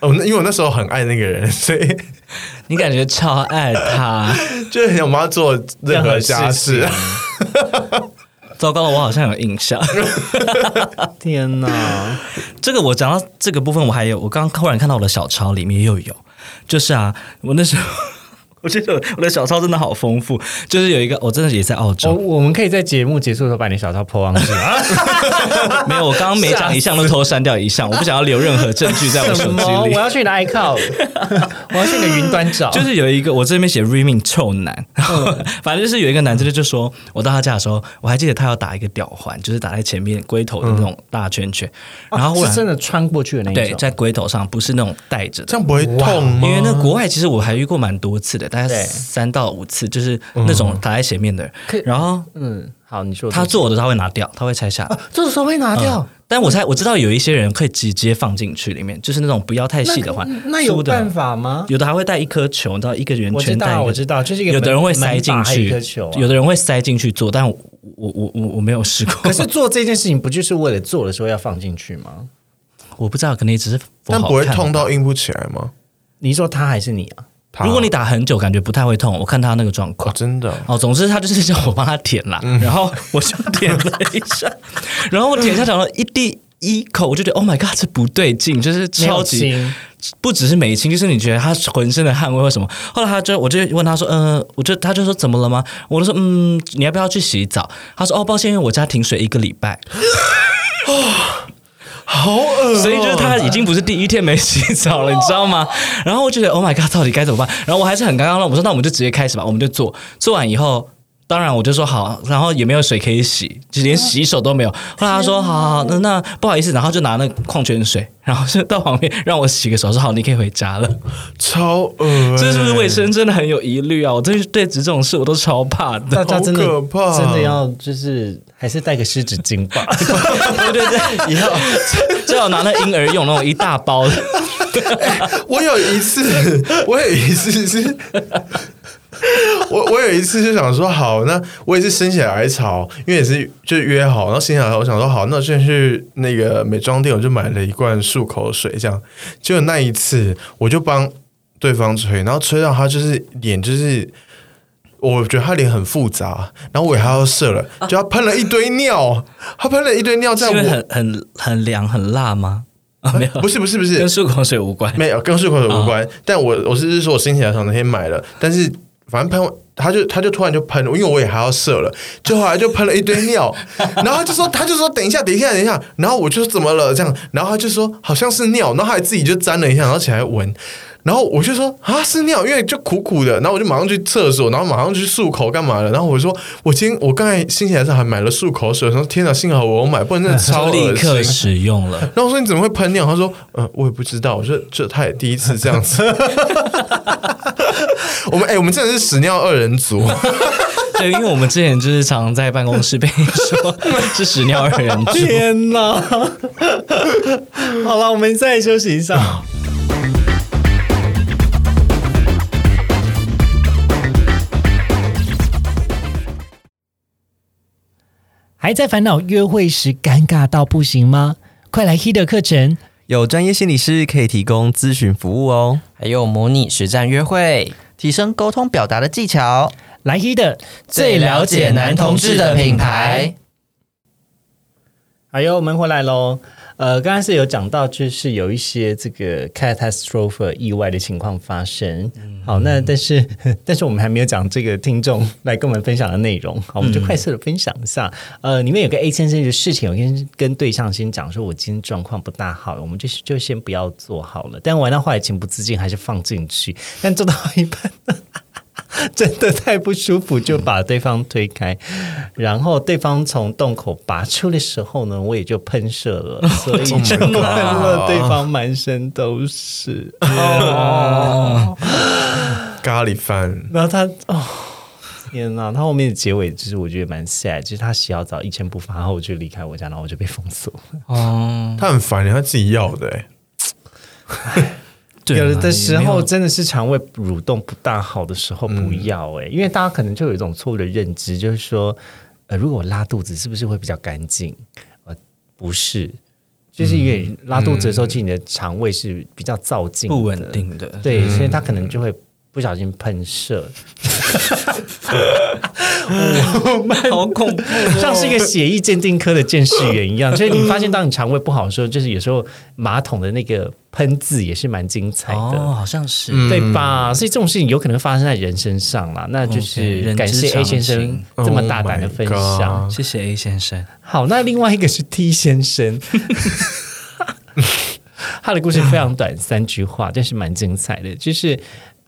[SPEAKER 2] 哦，那因为我那时候很爱那个人，所以
[SPEAKER 3] 你感觉超
[SPEAKER 1] *laughs*
[SPEAKER 3] 爱他，
[SPEAKER 2] 就是很想帮他做任何家事。
[SPEAKER 3] 糟糕了，我好像有印象。 *laughs*
[SPEAKER 1] 天哪！
[SPEAKER 3] 这个我讲到这个部分，我还有，我刚刚忽然看到我的小抄里面又有，就是啊，我那时候 *laughs* 我觉得我的小抄真的好丰富，就是有一个，我真的也在澳
[SPEAKER 1] 我
[SPEAKER 3] 洲，
[SPEAKER 1] 哦我们可以在节目结束的时候把你小抄泼上去啊！
[SPEAKER 3] 没有，我刚刚每讲一项
[SPEAKER 1] *laughs*
[SPEAKER 3] 都偷删掉一项，我不想要留任何证据 *laughs* 在我手
[SPEAKER 1] 什
[SPEAKER 3] 机
[SPEAKER 1] 么？我
[SPEAKER 3] 里。
[SPEAKER 1] 要去你的 iCloud，我
[SPEAKER 3] *laughs*
[SPEAKER 1] 要去你的云端找。
[SPEAKER 3] 就是有一个，我这边写 Reming 臭男，
[SPEAKER 1] 嗯
[SPEAKER 3] *laughs* 反正就是有一个男生就就说，我到他家的时候，我还记得他要打一个吊环，就是打在前面龟头的那种大圈圈，然后忽
[SPEAKER 1] 啊
[SPEAKER 3] 然
[SPEAKER 1] 是真的穿过去的那一
[SPEAKER 3] 对
[SPEAKER 1] 种。
[SPEAKER 3] 在龟头上，不是那种带着的
[SPEAKER 2] 这。样不会痛吗？
[SPEAKER 3] 因为那国外其实我还遇过蛮多次的，大概
[SPEAKER 1] 嗯对
[SPEAKER 3] 三到五次，就是那种打在前面的
[SPEAKER 1] 可。
[SPEAKER 3] 然后
[SPEAKER 1] 嗯，好，你说
[SPEAKER 3] 他做的嗯他会拿掉，他会拆下来。
[SPEAKER 1] 做的时候会拿啊掉，
[SPEAKER 3] 但我猜我知道有一些人可以直接放进去里面，就是那种不要太细的话，
[SPEAKER 1] 那有
[SPEAKER 3] 粗的
[SPEAKER 1] 办法吗？
[SPEAKER 3] 有的还会带一颗球，你知道一个圆
[SPEAKER 1] 我知
[SPEAKER 3] 圈
[SPEAKER 1] 道
[SPEAKER 3] 带一个
[SPEAKER 1] 我知道就是一个
[SPEAKER 3] 有的人会
[SPEAKER 1] 门
[SPEAKER 3] 塞进
[SPEAKER 1] 门把还有一
[SPEAKER 3] 去
[SPEAKER 1] 颗球啊，
[SPEAKER 3] 有的人会塞进去做，但我我我我我没有试过，
[SPEAKER 1] *laughs* 可是做这件事情不就是为了做的时候要放进去吗？
[SPEAKER 3] *laughs* 我不知道，可能也只是
[SPEAKER 2] 但不
[SPEAKER 3] 好
[SPEAKER 2] 会
[SPEAKER 3] 看
[SPEAKER 2] 痛。到硬不起来吗？
[SPEAKER 1] 你说他还是你啊？
[SPEAKER 2] 他
[SPEAKER 3] 如果你打很久，感觉不太会痛。我看他那个状
[SPEAKER 2] 哦
[SPEAKER 3] 况，
[SPEAKER 2] 真的哦嗯
[SPEAKER 3] 哦，总之他就是叫我帮他舔啦，然后我就舔了一
[SPEAKER 2] *laughs*
[SPEAKER 3] 下，然后我舔一下，然后一第一口我就觉得 Oh my God，这不对劲，就是超
[SPEAKER 1] 没
[SPEAKER 3] 级
[SPEAKER 1] 有亲
[SPEAKER 3] 不只是美青，就是你觉得他浑身的汗味或什么。后来他就我就问他说，呃，我就他就说怎么了吗？我就说，嗯，你要不要去洗澡？他说，哦，抱歉，因为我家停水一个礼拜，
[SPEAKER 2] 好恶哦
[SPEAKER 3] 所以就是他已经不是第一天没洗澡了，你知道吗？然后我就觉得 Oh my God，到底该怎么办？然后我还是很刚刚了，我说那我们就直接开始吧，我们就做。做完以后，当然，我就说好，然后也没有水可以洗，就连洗手都没有。后来他说好好好，那那不好意思，然后就拿那个矿泉水，然后就到旁边让我洗个手，说好，你可以回家了。
[SPEAKER 2] 超恶、欸
[SPEAKER 3] 这是不是卫生真的很有疑虑啊？我对对这种事我都超怕
[SPEAKER 1] *laughs* 大
[SPEAKER 3] 的。
[SPEAKER 1] 家真的
[SPEAKER 2] 好可怕
[SPEAKER 1] 真的要就是还是带个湿纸巾 *laughs* 吧。
[SPEAKER 3] 对对对，以后最好拿那婴儿用那种一大包的。
[SPEAKER 2] 我有一次，我有一次是，我我有一次就想说好，那我也是心血来潮，因为也是就约好，然后心血来潮，我想说好，那我先去那个美妆店，我就买了一罐漱口水，这样。结果那一次，我就帮对方吹，然后吹到他就是脸就是。我觉得他脸很复杂，然后我也还要射了，就他喷了一堆尿，他喷了一堆尿在
[SPEAKER 3] 是因为
[SPEAKER 2] 我，
[SPEAKER 3] 很很很凉很辣吗？啊，没有，
[SPEAKER 2] 不是不是不是
[SPEAKER 3] 跟，漱口水无关。哦
[SPEAKER 2] 没有跟漱口水无关。但我我是说，我心血来潮那天买了，但是反正喷完，他就他就突然就喷了，因为我也还要射了，就后来就喷了一堆尿，然后他就说他就说等一下等一下等一下，然后我就说怎么了这样，然后他就说好像是尿，然后他还自己就沾了一下，然后起来闻。然后我就说啊是尿，因为就苦苦的，然后我就马上去厕所，然后马上去漱口干嘛的。然后我说我今天我刚才心血来潮还买了漱口水，我说天哪，幸好我有买，不然真
[SPEAKER 3] *laughs*
[SPEAKER 2] 的超
[SPEAKER 3] 就
[SPEAKER 2] 恶心
[SPEAKER 3] 立刻使
[SPEAKER 2] *laughs*
[SPEAKER 3] 用了，
[SPEAKER 2] 然后我说你怎么会喷尿？他说，呃，我也不知道，我说这他也第一次这样子。 *laughs* 我们哎、我们真的是屎尿二人组，
[SPEAKER 3] 对，因为我们之前就是常在办公室被说是屎尿二人组，
[SPEAKER 1] 天啊哪！好了，我们再休息一下。还在烦恼约会时尴尬到不行吗？快来 He 的课程！
[SPEAKER 4] 有专业心理师可以提供咨询服务哦，
[SPEAKER 5] 还有模拟实战约会，
[SPEAKER 4] 提升沟通表达的技巧。
[SPEAKER 1] 来 He 的
[SPEAKER 5] 最了解男同志的品牌。
[SPEAKER 1] 哎呦，我们回来喽。呃，刚刚是有讲到，就是有一些这个 catastrophe 意外的情况发生。
[SPEAKER 5] 嗯
[SPEAKER 1] 好，那 *laughs* 但是但是我们还没有讲这个听众来跟我们分享的内容。
[SPEAKER 5] 嗯
[SPEAKER 1] 好，我们就快速的分享一下。呃，里面有个 A 先生的事情，我先跟对象先讲说，我今天状况不大好，我们就就先不要做好了。但玩到后来情不自禁还是放进去，但做到一半。 *laughs* 真的太不舒服，就把对方推开，然后对方从洞口拔出的时候呢，我也就喷射了，所以就喷了对方满身都是。
[SPEAKER 2] 咖喱饭。
[SPEAKER 1] 然后他哦，天哪！他后面的结尾就是我觉得蛮 sad，就是他洗好澡一尘不发后就离开我家，然后我就被封锁。
[SPEAKER 3] 哦，
[SPEAKER 2] 他很烦，他自己要的、欸，
[SPEAKER 3] 对啊
[SPEAKER 1] 有的时
[SPEAKER 3] 也没
[SPEAKER 1] 候
[SPEAKER 3] 有嗯
[SPEAKER 1] 真的是肠胃蠕动不大好的时候不要哎、因为大家可能就有一种错误的认知，就是说，呃，如果我拉肚子是不是会比较干净？呃，不是，就是因为拉肚子的时候，其实你的肠胃是比较躁进、
[SPEAKER 3] 嗯不稳，定
[SPEAKER 1] *laughs*
[SPEAKER 3] 的，嗯
[SPEAKER 1] 对，所以它可能就会不小心喷
[SPEAKER 3] *laughs*
[SPEAKER 1] 射，
[SPEAKER 3] 好恐怖。
[SPEAKER 1] 像是一个血液鉴定科的鉴识员
[SPEAKER 3] *laughs*
[SPEAKER 1] 一样。所以你发现，当你肠胃不好的时候，就是有时候马桶的那个喷字也是蛮精彩的。
[SPEAKER 3] 哦，好像是，
[SPEAKER 2] 嗯
[SPEAKER 1] 对吧？所以这种事情有可能发生在人身上啦，那就
[SPEAKER 3] OK，
[SPEAKER 1] 是
[SPEAKER 3] 人
[SPEAKER 1] 感
[SPEAKER 3] 之
[SPEAKER 1] 谢 A
[SPEAKER 3] 常
[SPEAKER 1] 先生
[SPEAKER 3] 情
[SPEAKER 1] 这么大胆的分
[SPEAKER 2] Oh
[SPEAKER 1] 享。
[SPEAKER 2] my god
[SPEAKER 3] 谢谢 A 先生。
[SPEAKER 1] 好，那另外一个是 T 先生， *laughs* 他的故事非常短，三句话，但是蛮精彩的，就是。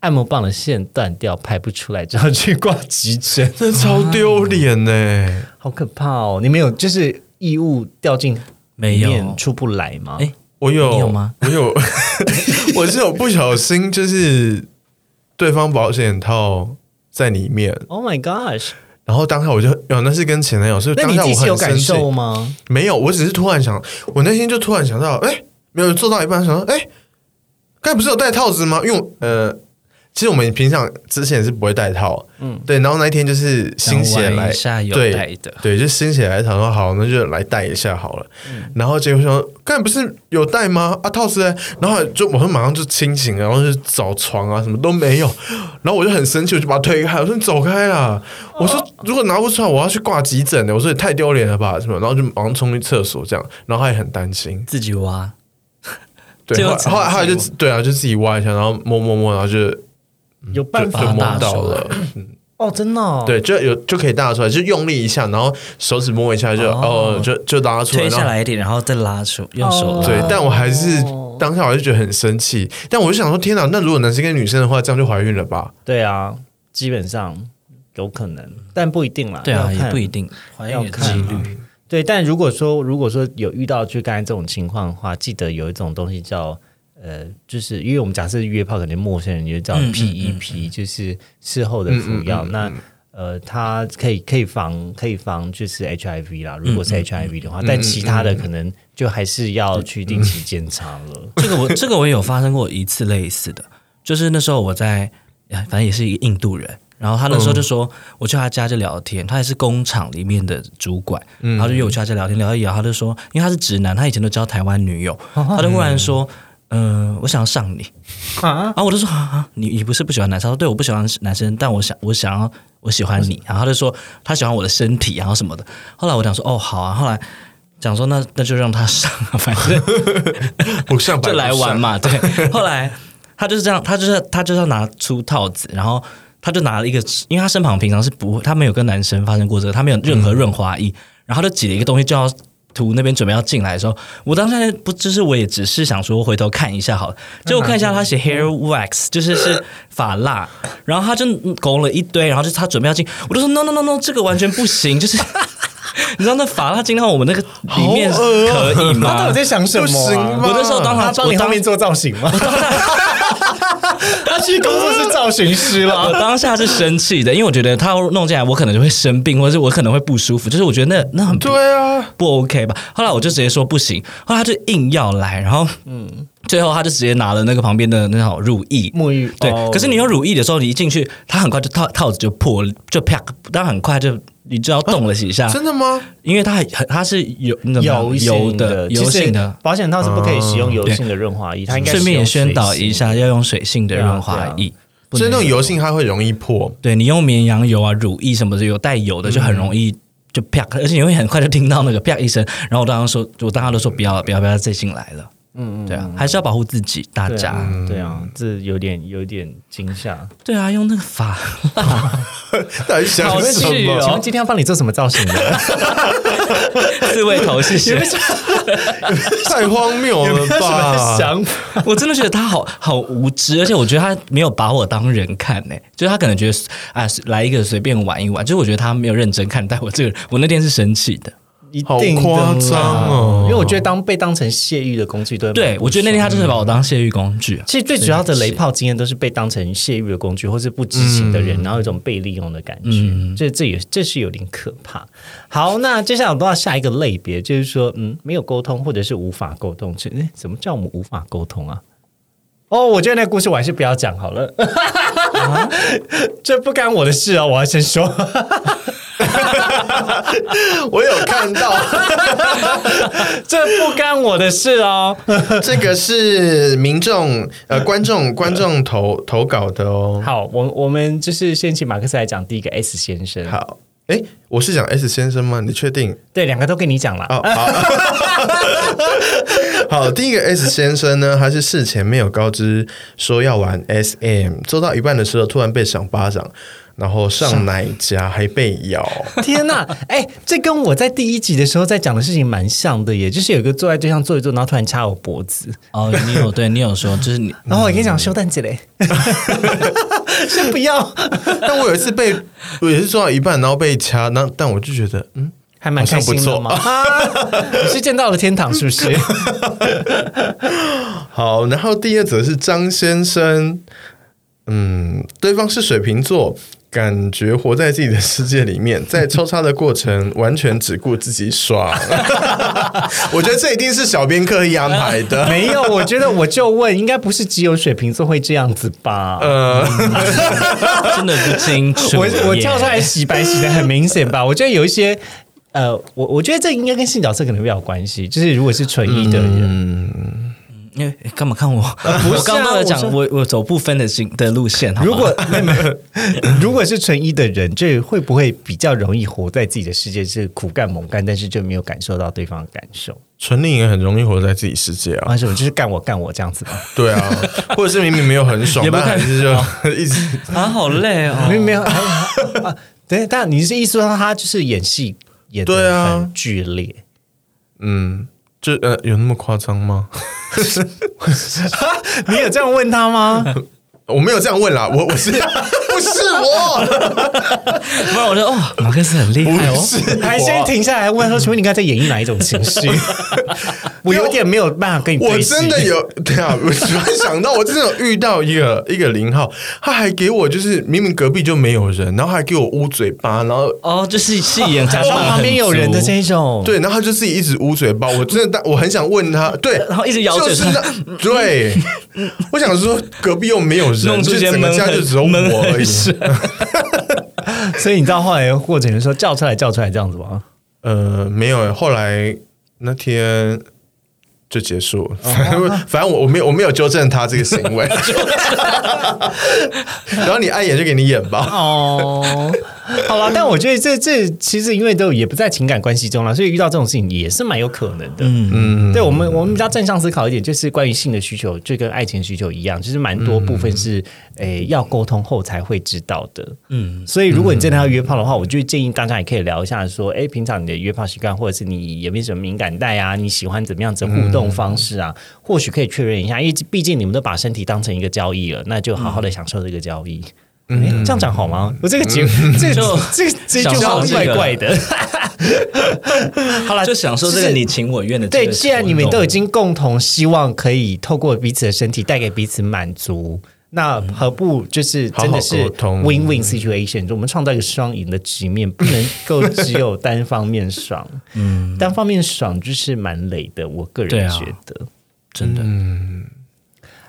[SPEAKER 1] 按摩棒的线断掉，排不出来，只好去挂急
[SPEAKER 2] *laughs*
[SPEAKER 1] 诊，
[SPEAKER 2] 真的超丢脸呢。
[SPEAKER 1] 好可怕哦！你们有就是异物掉进里
[SPEAKER 3] 没有
[SPEAKER 1] 面出不来吗？
[SPEAKER 3] 哎
[SPEAKER 2] 我有，
[SPEAKER 3] 你有吗？
[SPEAKER 2] 我有， *laughs* 我是有不小心，就是对方保险套在里面，
[SPEAKER 1] o h Oh my gosh！
[SPEAKER 2] 然后当下我就，哦，那是跟前男友，所以
[SPEAKER 1] 那
[SPEAKER 2] 当
[SPEAKER 1] 你
[SPEAKER 2] 下
[SPEAKER 1] 自
[SPEAKER 2] 我
[SPEAKER 1] 己有
[SPEAKER 2] 很
[SPEAKER 1] 感
[SPEAKER 2] 生气。
[SPEAKER 1] 受吗？
[SPEAKER 2] 没有，我只是突然想，我那天就突然想到，哎，没有做到一半，想到，哎，刚才不是有戴套子吗？因为我呃，其实我们平常之前是不会戴套，嗯，对。然后那一天就是心血
[SPEAKER 3] 想玩
[SPEAKER 2] 来
[SPEAKER 3] 一下有
[SPEAKER 2] 对
[SPEAKER 3] 戴的
[SPEAKER 2] 对，就心血来潮说好，那就来戴一下好了。
[SPEAKER 3] 嗯
[SPEAKER 2] 然后结果说，刚才不是有戴吗？啊，套子嘞。然后就我就马上就清醒了，然后就找床啊，什么都没有。然后我就很生气，我就把他推开，我说你走开啦！我说如果拿不出来，我要去挂急诊的。我说也太丢脸了吧，什么？然后就马上冲去厕所这样，然后他也很担心。
[SPEAKER 3] 自己挖，
[SPEAKER 2] 对，
[SPEAKER 3] 最后
[SPEAKER 2] 后来后来后来就对啊，就自己挖一下，然后摸摸摸，然后就
[SPEAKER 1] 有办
[SPEAKER 2] 嗯就
[SPEAKER 1] 法
[SPEAKER 3] 把它
[SPEAKER 2] 摸
[SPEAKER 3] 拿
[SPEAKER 2] 到
[SPEAKER 3] 出来
[SPEAKER 2] 了。 *laughs*
[SPEAKER 1] 哦，真的、哦。
[SPEAKER 2] 对，就有就可以拉出来，就用力一下，然后手指摸一下就哦就就拉出来，
[SPEAKER 3] 推
[SPEAKER 2] 然后哦
[SPEAKER 3] 下来一哦点，然后再拉出，用手拉。
[SPEAKER 2] 对，但我还是当下我就觉得很生气，但我就想说，天哪，那如果男生跟女生的话，这样就怀孕了吧？
[SPEAKER 1] 对啊，基本上有可能，但不一定啦。
[SPEAKER 3] 对啊，
[SPEAKER 1] 要看
[SPEAKER 3] 也不一定，怀
[SPEAKER 1] 要
[SPEAKER 3] 孕的
[SPEAKER 1] 看
[SPEAKER 3] 几
[SPEAKER 1] 啊
[SPEAKER 3] 率。
[SPEAKER 1] 对，但如果说如果说有遇到就刚才这种情况的话，记得有一种东西叫呃，就是因为我们假设约炮，可能陌生人就叫
[SPEAKER 3] 嗯嗯嗯
[SPEAKER 1] PEP，、就是事后的服药。那呃，它可以可以防可以防就是 HIV 啦，如果
[SPEAKER 3] 嗯
[SPEAKER 1] 是 HIV 的话，但其他的可能就还是要去定期检查了。
[SPEAKER 3] 这个我这个我也有发生过一次类似的，就是那时候我在，哎反正也是一个印度人，然后他那时候就说，我去他家就聊天，他也是工厂里面的主管，然后就约我去他家聊天，聊一聊，他就说，因为他是直男，他以前都交台湾女友，他就忽然说。嗯、我想要上你啊！然后我就说啊，你你不是不喜欢男生？他说对，我不喜欢男生，但我想我想要我喜欢你。然后他就说他喜欢我的身体，然后什么的。后来我讲说哦好啊，后来讲说那那就让他上啊，反正
[SPEAKER 2] 不像白
[SPEAKER 3] *laughs* 就来玩，嘛，对。后来他就是这样，他就是他就是要拿出套子，然后他就拿了一个，因为他身旁平常是不会，他没有跟男生发生过这个，他没有任
[SPEAKER 2] 嗯
[SPEAKER 3] 何润滑液，然后他就挤了一个东西就要。图那边准备要进来的时候，我当时不就是我也只是想说回头看一下好了，结果看一下他写 hair wax，就是是发蜡，然后他就勾了一堆，然后就是他准备要进，我就说 no no no no，这个完全不行，就是 *laughs* 你知道那发蜡进到我们那个里面
[SPEAKER 2] 好恶哦
[SPEAKER 3] 可
[SPEAKER 2] *laughs*
[SPEAKER 3] 以吗？
[SPEAKER 1] 想
[SPEAKER 2] 什么啊不行吧
[SPEAKER 3] 我那时候当
[SPEAKER 1] 他
[SPEAKER 3] 场
[SPEAKER 1] 帮你
[SPEAKER 3] 我
[SPEAKER 1] 后
[SPEAKER 3] 当
[SPEAKER 1] 面做造型 *laughs* 吗？他去工作室造型师了。
[SPEAKER 3] *laughs* 我当下是生气的，因为我觉得他弄进来，我可能就会生病，或者是我可能会不舒服。就是我觉得那那很不
[SPEAKER 2] 对啊，
[SPEAKER 3] 不 OK 吧。后来我就直接说不行，后来他就硬要来，然后嗯，最后他就直接拿了那个旁边的那种乳液。
[SPEAKER 1] 沐浴
[SPEAKER 3] 对，
[SPEAKER 1] 哦
[SPEAKER 3] 可是你用乳液的时候，你一进去，它很快就套套子就破，了，就啪，但很快就你就要动了几下，
[SPEAKER 2] 真的吗？
[SPEAKER 3] 因为它很它是油
[SPEAKER 1] 油
[SPEAKER 3] 油
[SPEAKER 1] 性嗯
[SPEAKER 3] 的
[SPEAKER 1] 其
[SPEAKER 3] 油
[SPEAKER 1] 实
[SPEAKER 3] 性的，
[SPEAKER 1] 保险套是不可以使用油性的润滑液，它应该
[SPEAKER 3] 顺便也
[SPEAKER 1] 使用
[SPEAKER 3] 宣导
[SPEAKER 1] 水性
[SPEAKER 3] 一下，要用水性的
[SPEAKER 1] 对啊
[SPEAKER 3] 润滑
[SPEAKER 1] 对
[SPEAKER 3] 液，不
[SPEAKER 2] 所以
[SPEAKER 3] 能
[SPEAKER 2] 那种油性它会容易破，
[SPEAKER 3] 对你用绵羊油啊、乳液什么的，有带油的就很容易就啪，而且你会很快就听到那个啪一声。然后我当时说，我当时都说不要了，不要，不要再进来了。嗯嗯嗯，对啊，还是要保护自己，大
[SPEAKER 1] 对
[SPEAKER 3] 家。
[SPEAKER 1] 啊，对啊，这有点有点惊吓。
[SPEAKER 3] 对啊，用那个法，
[SPEAKER 2] 到底想
[SPEAKER 3] 好
[SPEAKER 2] 什
[SPEAKER 3] 气
[SPEAKER 2] 么？
[SPEAKER 1] 请问今天要帮你做什么造型 *laughs* 的？
[SPEAKER 3] 刺猬头，谢 *laughs* 谢。
[SPEAKER 2] 太荒谬了吧！
[SPEAKER 3] 我真的觉得他好好无知，而且我觉得他没有把我当人看呢、就是他可能觉得啊，来一个随便玩一玩，就是我觉得他没有认真看待我这个人。我那天是生气的，
[SPEAKER 1] 一定的啦
[SPEAKER 2] 好夸张哦
[SPEAKER 1] 因为我觉得当被当成泄欲的工具，对
[SPEAKER 3] 对我觉得那天他就是把我当泄欲工具啊、
[SPEAKER 1] 其实最主要的雷炮经验都是被当成泄欲的工具，或是不知情的人，然后有一种被利用的感觉。这这也这是有点可怕。好，那接下来我们到下一个类别，就是说，嗯，没有沟通或者是无法沟通。这诶怎么叫我们无法沟通啊？哦，我觉得那故事我还是不要讲好了， *laughs* 这不干我的事啊！我要先说， *laughs*
[SPEAKER 2] 我有看
[SPEAKER 3] *laughs*
[SPEAKER 2] 到，
[SPEAKER 1] 这不干我的事哦。
[SPEAKER 2] 这个是民众呃观众观众投投稿的哦。
[SPEAKER 1] 好，我我们就是先请马克思来讲第一个 S 先生，
[SPEAKER 2] 好，哎，我是讲 S 先生吗？你确定？
[SPEAKER 1] 对，两个都给你讲了。
[SPEAKER 2] 哦，好， *laughs* 好，第一个 S 先生呢，他是事前没有告知说要玩 SM，做到一半的时候突然被赏巴掌，然后上奶夹还被咬，
[SPEAKER 1] *laughs* 天呐，哎、这跟我在第一集的时候在讲的事情蛮像的耶，就是有一个坐在对象坐一坐，然后突然掐我脖子，
[SPEAKER 3] 哦，你有对你有说，就是 *laughs* 你
[SPEAKER 1] 然后我跟你讲修蛋姐嘞， *laughs* 先不要，
[SPEAKER 2] 但我有一次被，我也是做到一半然后被掐，那但我就觉得，嗯，
[SPEAKER 1] 还蛮开心的嘛。啊 *laughs* 你是见到了天堂是不 *laughs* 是？
[SPEAKER 2] 好，然后第二则是张先生，嗯，对方是水瓶座。感觉活在自己的世界里
[SPEAKER 3] *laughs*
[SPEAKER 2] 面，在抽插的过程完全只顾自己爽，我觉得这一定是小编刻意安排的。
[SPEAKER 1] 没有，我觉得我就问，应该不是只有水瓶座会这样子吧？
[SPEAKER 3] 嗯真的不清楚。
[SPEAKER 1] 呃我我
[SPEAKER 3] 耶
[SPEAKER 1] 跳出来洗白洗的很明显 *laughs* 吧？我觉得有一些。呃，我我觉得这应该跟性角色可能比较有关系，就是如果是纯一的人，
[SPEAKER 2] 嗯
[SPEAKER 3] 因为干嘛看我？
[SPEAKER 1] *laughs* 不是啊
[SPEAKER 3] 我刚刚都有
[SPEAKER 1] 我说
[SPEAKER 3] 讲，我我走不分的行的路线。好
[SPEAKER 1] *laughs*
[SPEAKER 3] 吗
[SPEAKER 1] 如果没没，如果是纯一的人，这会不会比较容易活在自己的世界，是苦干猛干，但是就没有感受到对方的感受？
[SPEAKER 2] 纯令也很容易活在自己世界啊，
[SPEAKER 1] 还是我就是干我干我这样子吧？
[SPEAKER 2] 对啊，或者是明明没有很爽，
[SPEAKER 3] 也不
[SPEAKER 2] 但还
[SPEAKER 3] 看哦
[SPEAKER 2] 是就 *laughs* 一直
[SPEAKER 3] 啊，好累
[SPEAKER 1] *laughs* 没有
[SPEAKER 3] 哦。
[SPEAKER 1] 没有，啊啊对，但你是意思说他就是演戏演
[SPEAKER 2] 对
[SPEAKER 1] 的
[SPEAKER 2] 啊
[SPEAKER 1] 很剧烈？ *laughs*
[SPEAKER 2] 嗯，就呃有那么夸张吗？ *laughs*
[SPEAKER 1] 你有这样问他吗？
[SPEAKER 2] 我没有这样问啦，我我是不是我，
[SPEAKER 3] 不然我就哦，马克思很厉害
[SPEAKER 2] 不
[SPEAKER 3] 哦。
[SPEAKER 2] 是我
[SPEAKER 1] 还先停下来问说：“请问你刚才在演绎哪一种情绪？” *laughs* 我有点没有办法跟你
[SPEAKER 2] 啊我
[SPEAKER 1] 对戏
[SPEAKER 2] 真的有，对啊，我突然想到，我真的有遇到一个一个零号，他还给我就是明明隔壁就没有人，然后还给我捂嘴巴，然后
[SPEAKER 3] 哦，就是戏演
[SPEAKER 1] 假
[SPEAKER 3] 还
[SPEAKER 1] 装
[SPEAKER 3] 扮
[SPEAKER 1] 旁边
[SPEAKER 3] 很
[SPEAKER 1] 有人的
[SPEAKER 3] 足
[SPEAKER 1] 这一种，
[SPEAKER 2] 对，然后他就自己一直捂嘴巴，我真的当我很想问他，对，
[SPEAKER 3] 然后一直咬嘴
[SPEAKER 2] 就是
[SPEAKER 3] *laughs*
[SPEAKER 2] 那对，我想说隔壁又没有人，
[SPEAKER 3] 弄
[SPEAKER 2] 就
[SPEAKER 3] 出些
[SPEAKER 2] 整个
[SPEAKER 3] 闷
[SPEAKER 2] 家就
[SPEAKER 3] 很
[SPEAKER 2] 只有
[SPEAKER 3] 闷
[SPEAKER 2] 我而
[SPEAKER 3] 很
[SPEAKER 2] 已。
[SPEAKER 3] 声。 *laughs*
[SPEAKER 1] 所以你知道后来或者人说叫出来叫出来这样子吗？
[SPEAKER 2] 呃，没有欸，后来那天就结束了，
[SPEAKER 3] 哦
[SPEAKER 2] 反正反正我我没有我没有纠正他这个行为， *laughs* 然后你爱演就给你演吧。
[SPEAKER 1] 哦，好了，但我觉得这这其实因为都也不在情感关系中了，所以遇到这种事情也是蛮有可能的。嗯嗯，对我们我们比较正向思考一点，就是关于性的需求，就跟爱情需求一样，就是蛮多部分是诶、要沟通后才会知道的。嗯，所以如果你真的要约炮的话，我就建议大家也可以聊一下说，诶，平常你的约炮习惯，或者是你有没有什么敏感带啊？你喜欢怎么样子的互动方式啊？
[SPEAKER 3] 嗯
[SPEAKER 1] 或许可以确认一下，因为毕竟你们都把身体当成一个交易了，那就好好的享受这个交易。嗯，这样讲好吗？我这个节，这
[SPEAKER 3] 嗯就
[SPEAKER 1] 个这个这句
[SPEAKER 3] 享
[SPEAKER 1] 话
[SPEAKER 3] 受这
[SPEAKER 1] 怪
[SPEAKER 3] 个
[SPEAKER 1] 怪的。好了，
[SPEAKER 3] 就享受这
[SPEAKER 1] 就
[SPEAKER 3] 个
[SPEAKER 1] 是
[SPEAKER 3] 你情我愿的这个
[SPEAKER 1] 对，
[SPEAKER 3] 活动。
[SPEAKER 1] 既然你们都已经共同希望可以透过彼此的身体带给彼此满足，
[SPEAKER 3] 嗯
[SPEAKER 1] 那何不就是真的
[SPEAKER 2] 好好
[SPEAKER 1] 是
[SPEAKER 2] 沟通
[SPEAKER 1] win-win situation？我们创造一个双赢的局面，不能够只有单方面爽。嗯，单方面爽就是蛮累的，我个
[SPEAKER 3] 对
[SPEAKER 1] 人
[SPEAKER 3] 啊
[SPEAKER 1] 觉得。嗯
[SPEAKER 3] 真的，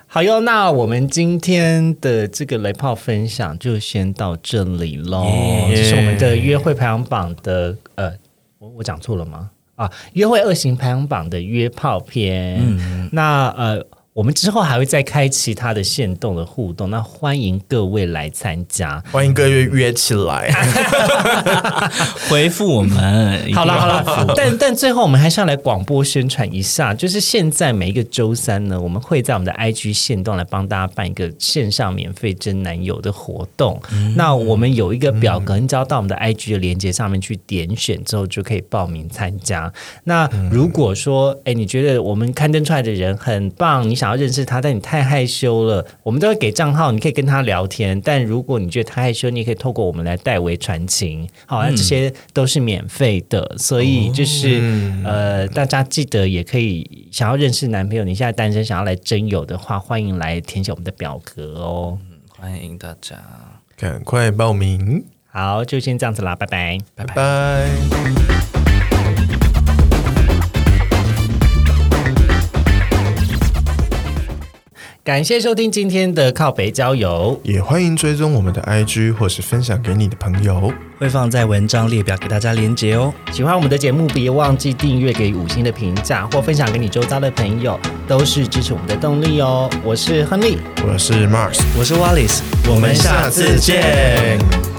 [SPEAKER 1] 好哟，那我们今天的这个雷炮分享就先到这里喽。这是我们的约会排行榜的呃，我我讲错了吗？啊，约会二型排行榜的约炮篇。
[SPEAKER 3] 嗯
[SPEAKER 1] 那呃，我们之后还会再开其他的线动的互动，那欢迎各位来参加。
[SPEAKER 2] 欢迎各位约起来，
[SPEAKER 3] 回复我
[SPEAKER 1] *laughs*
[SPEAKER 3] 们。
[SPEAKER 1] 好
[SPEAKER 3] 了
[SPEAKER 1] 啦好
[SPEAKER 3] 了，
[SPEAKER 1] 啦，但但最后我们还是要来广播宣传一下，就是现在每一个周三呢，我们会在我们的 IG 线动来帮大家办一个线上免费征男友的活动。那我们有一个表格，你只要到我们的 IG 的链接上面去点选之后，就可以报名参加。那如果说，哎、你觉得我们刊登出来的人很棒，你想要认识他，但你太害羞了，我们都会给账号，你可以跟他聊天。但如果你觉得他害羞，你也可以透过我们来代为传情。好，那
[SPEAKER 2] 嗯
[SPEAKER 1] 这些都是免费的，所以就是、
[SPEAKER 2] 哦
[SPEAKER 1] 呃，大家记得也可以想要认识男朋友，你现在单身想要来征友的话，欢迎来填写我们的表格哦。
[SPEAKER 3] 欢迎大家。
[SPEAKER 2] 赶快报名，
[SPEAKER 1] 好，就先这样子啦，拜拜。
[SPEAKER 2] 拜拜。
[SPEAKER 1] 感谢收听今天的靠北郊游。
[SPEAKER 2] 也欢迎追踪我们的 IG 或是分享给你的朋友。
[SPEAKER 3] 会放在文章列表给大家连接哦。
[SPEAKER 1] 喜欢我们的节目，别忘记订阅、给五星的评价或分享给你周遭的朋友，都是支持我们的动力哦。我是亨利，
[SPEAKER 2] 我是 Mars，
[SPEAKER 3] 我是 Wallace，我
[SPEAKER 2] 我
[SPEAKER 3] 们下次见。
[SPEAKER 2] 见。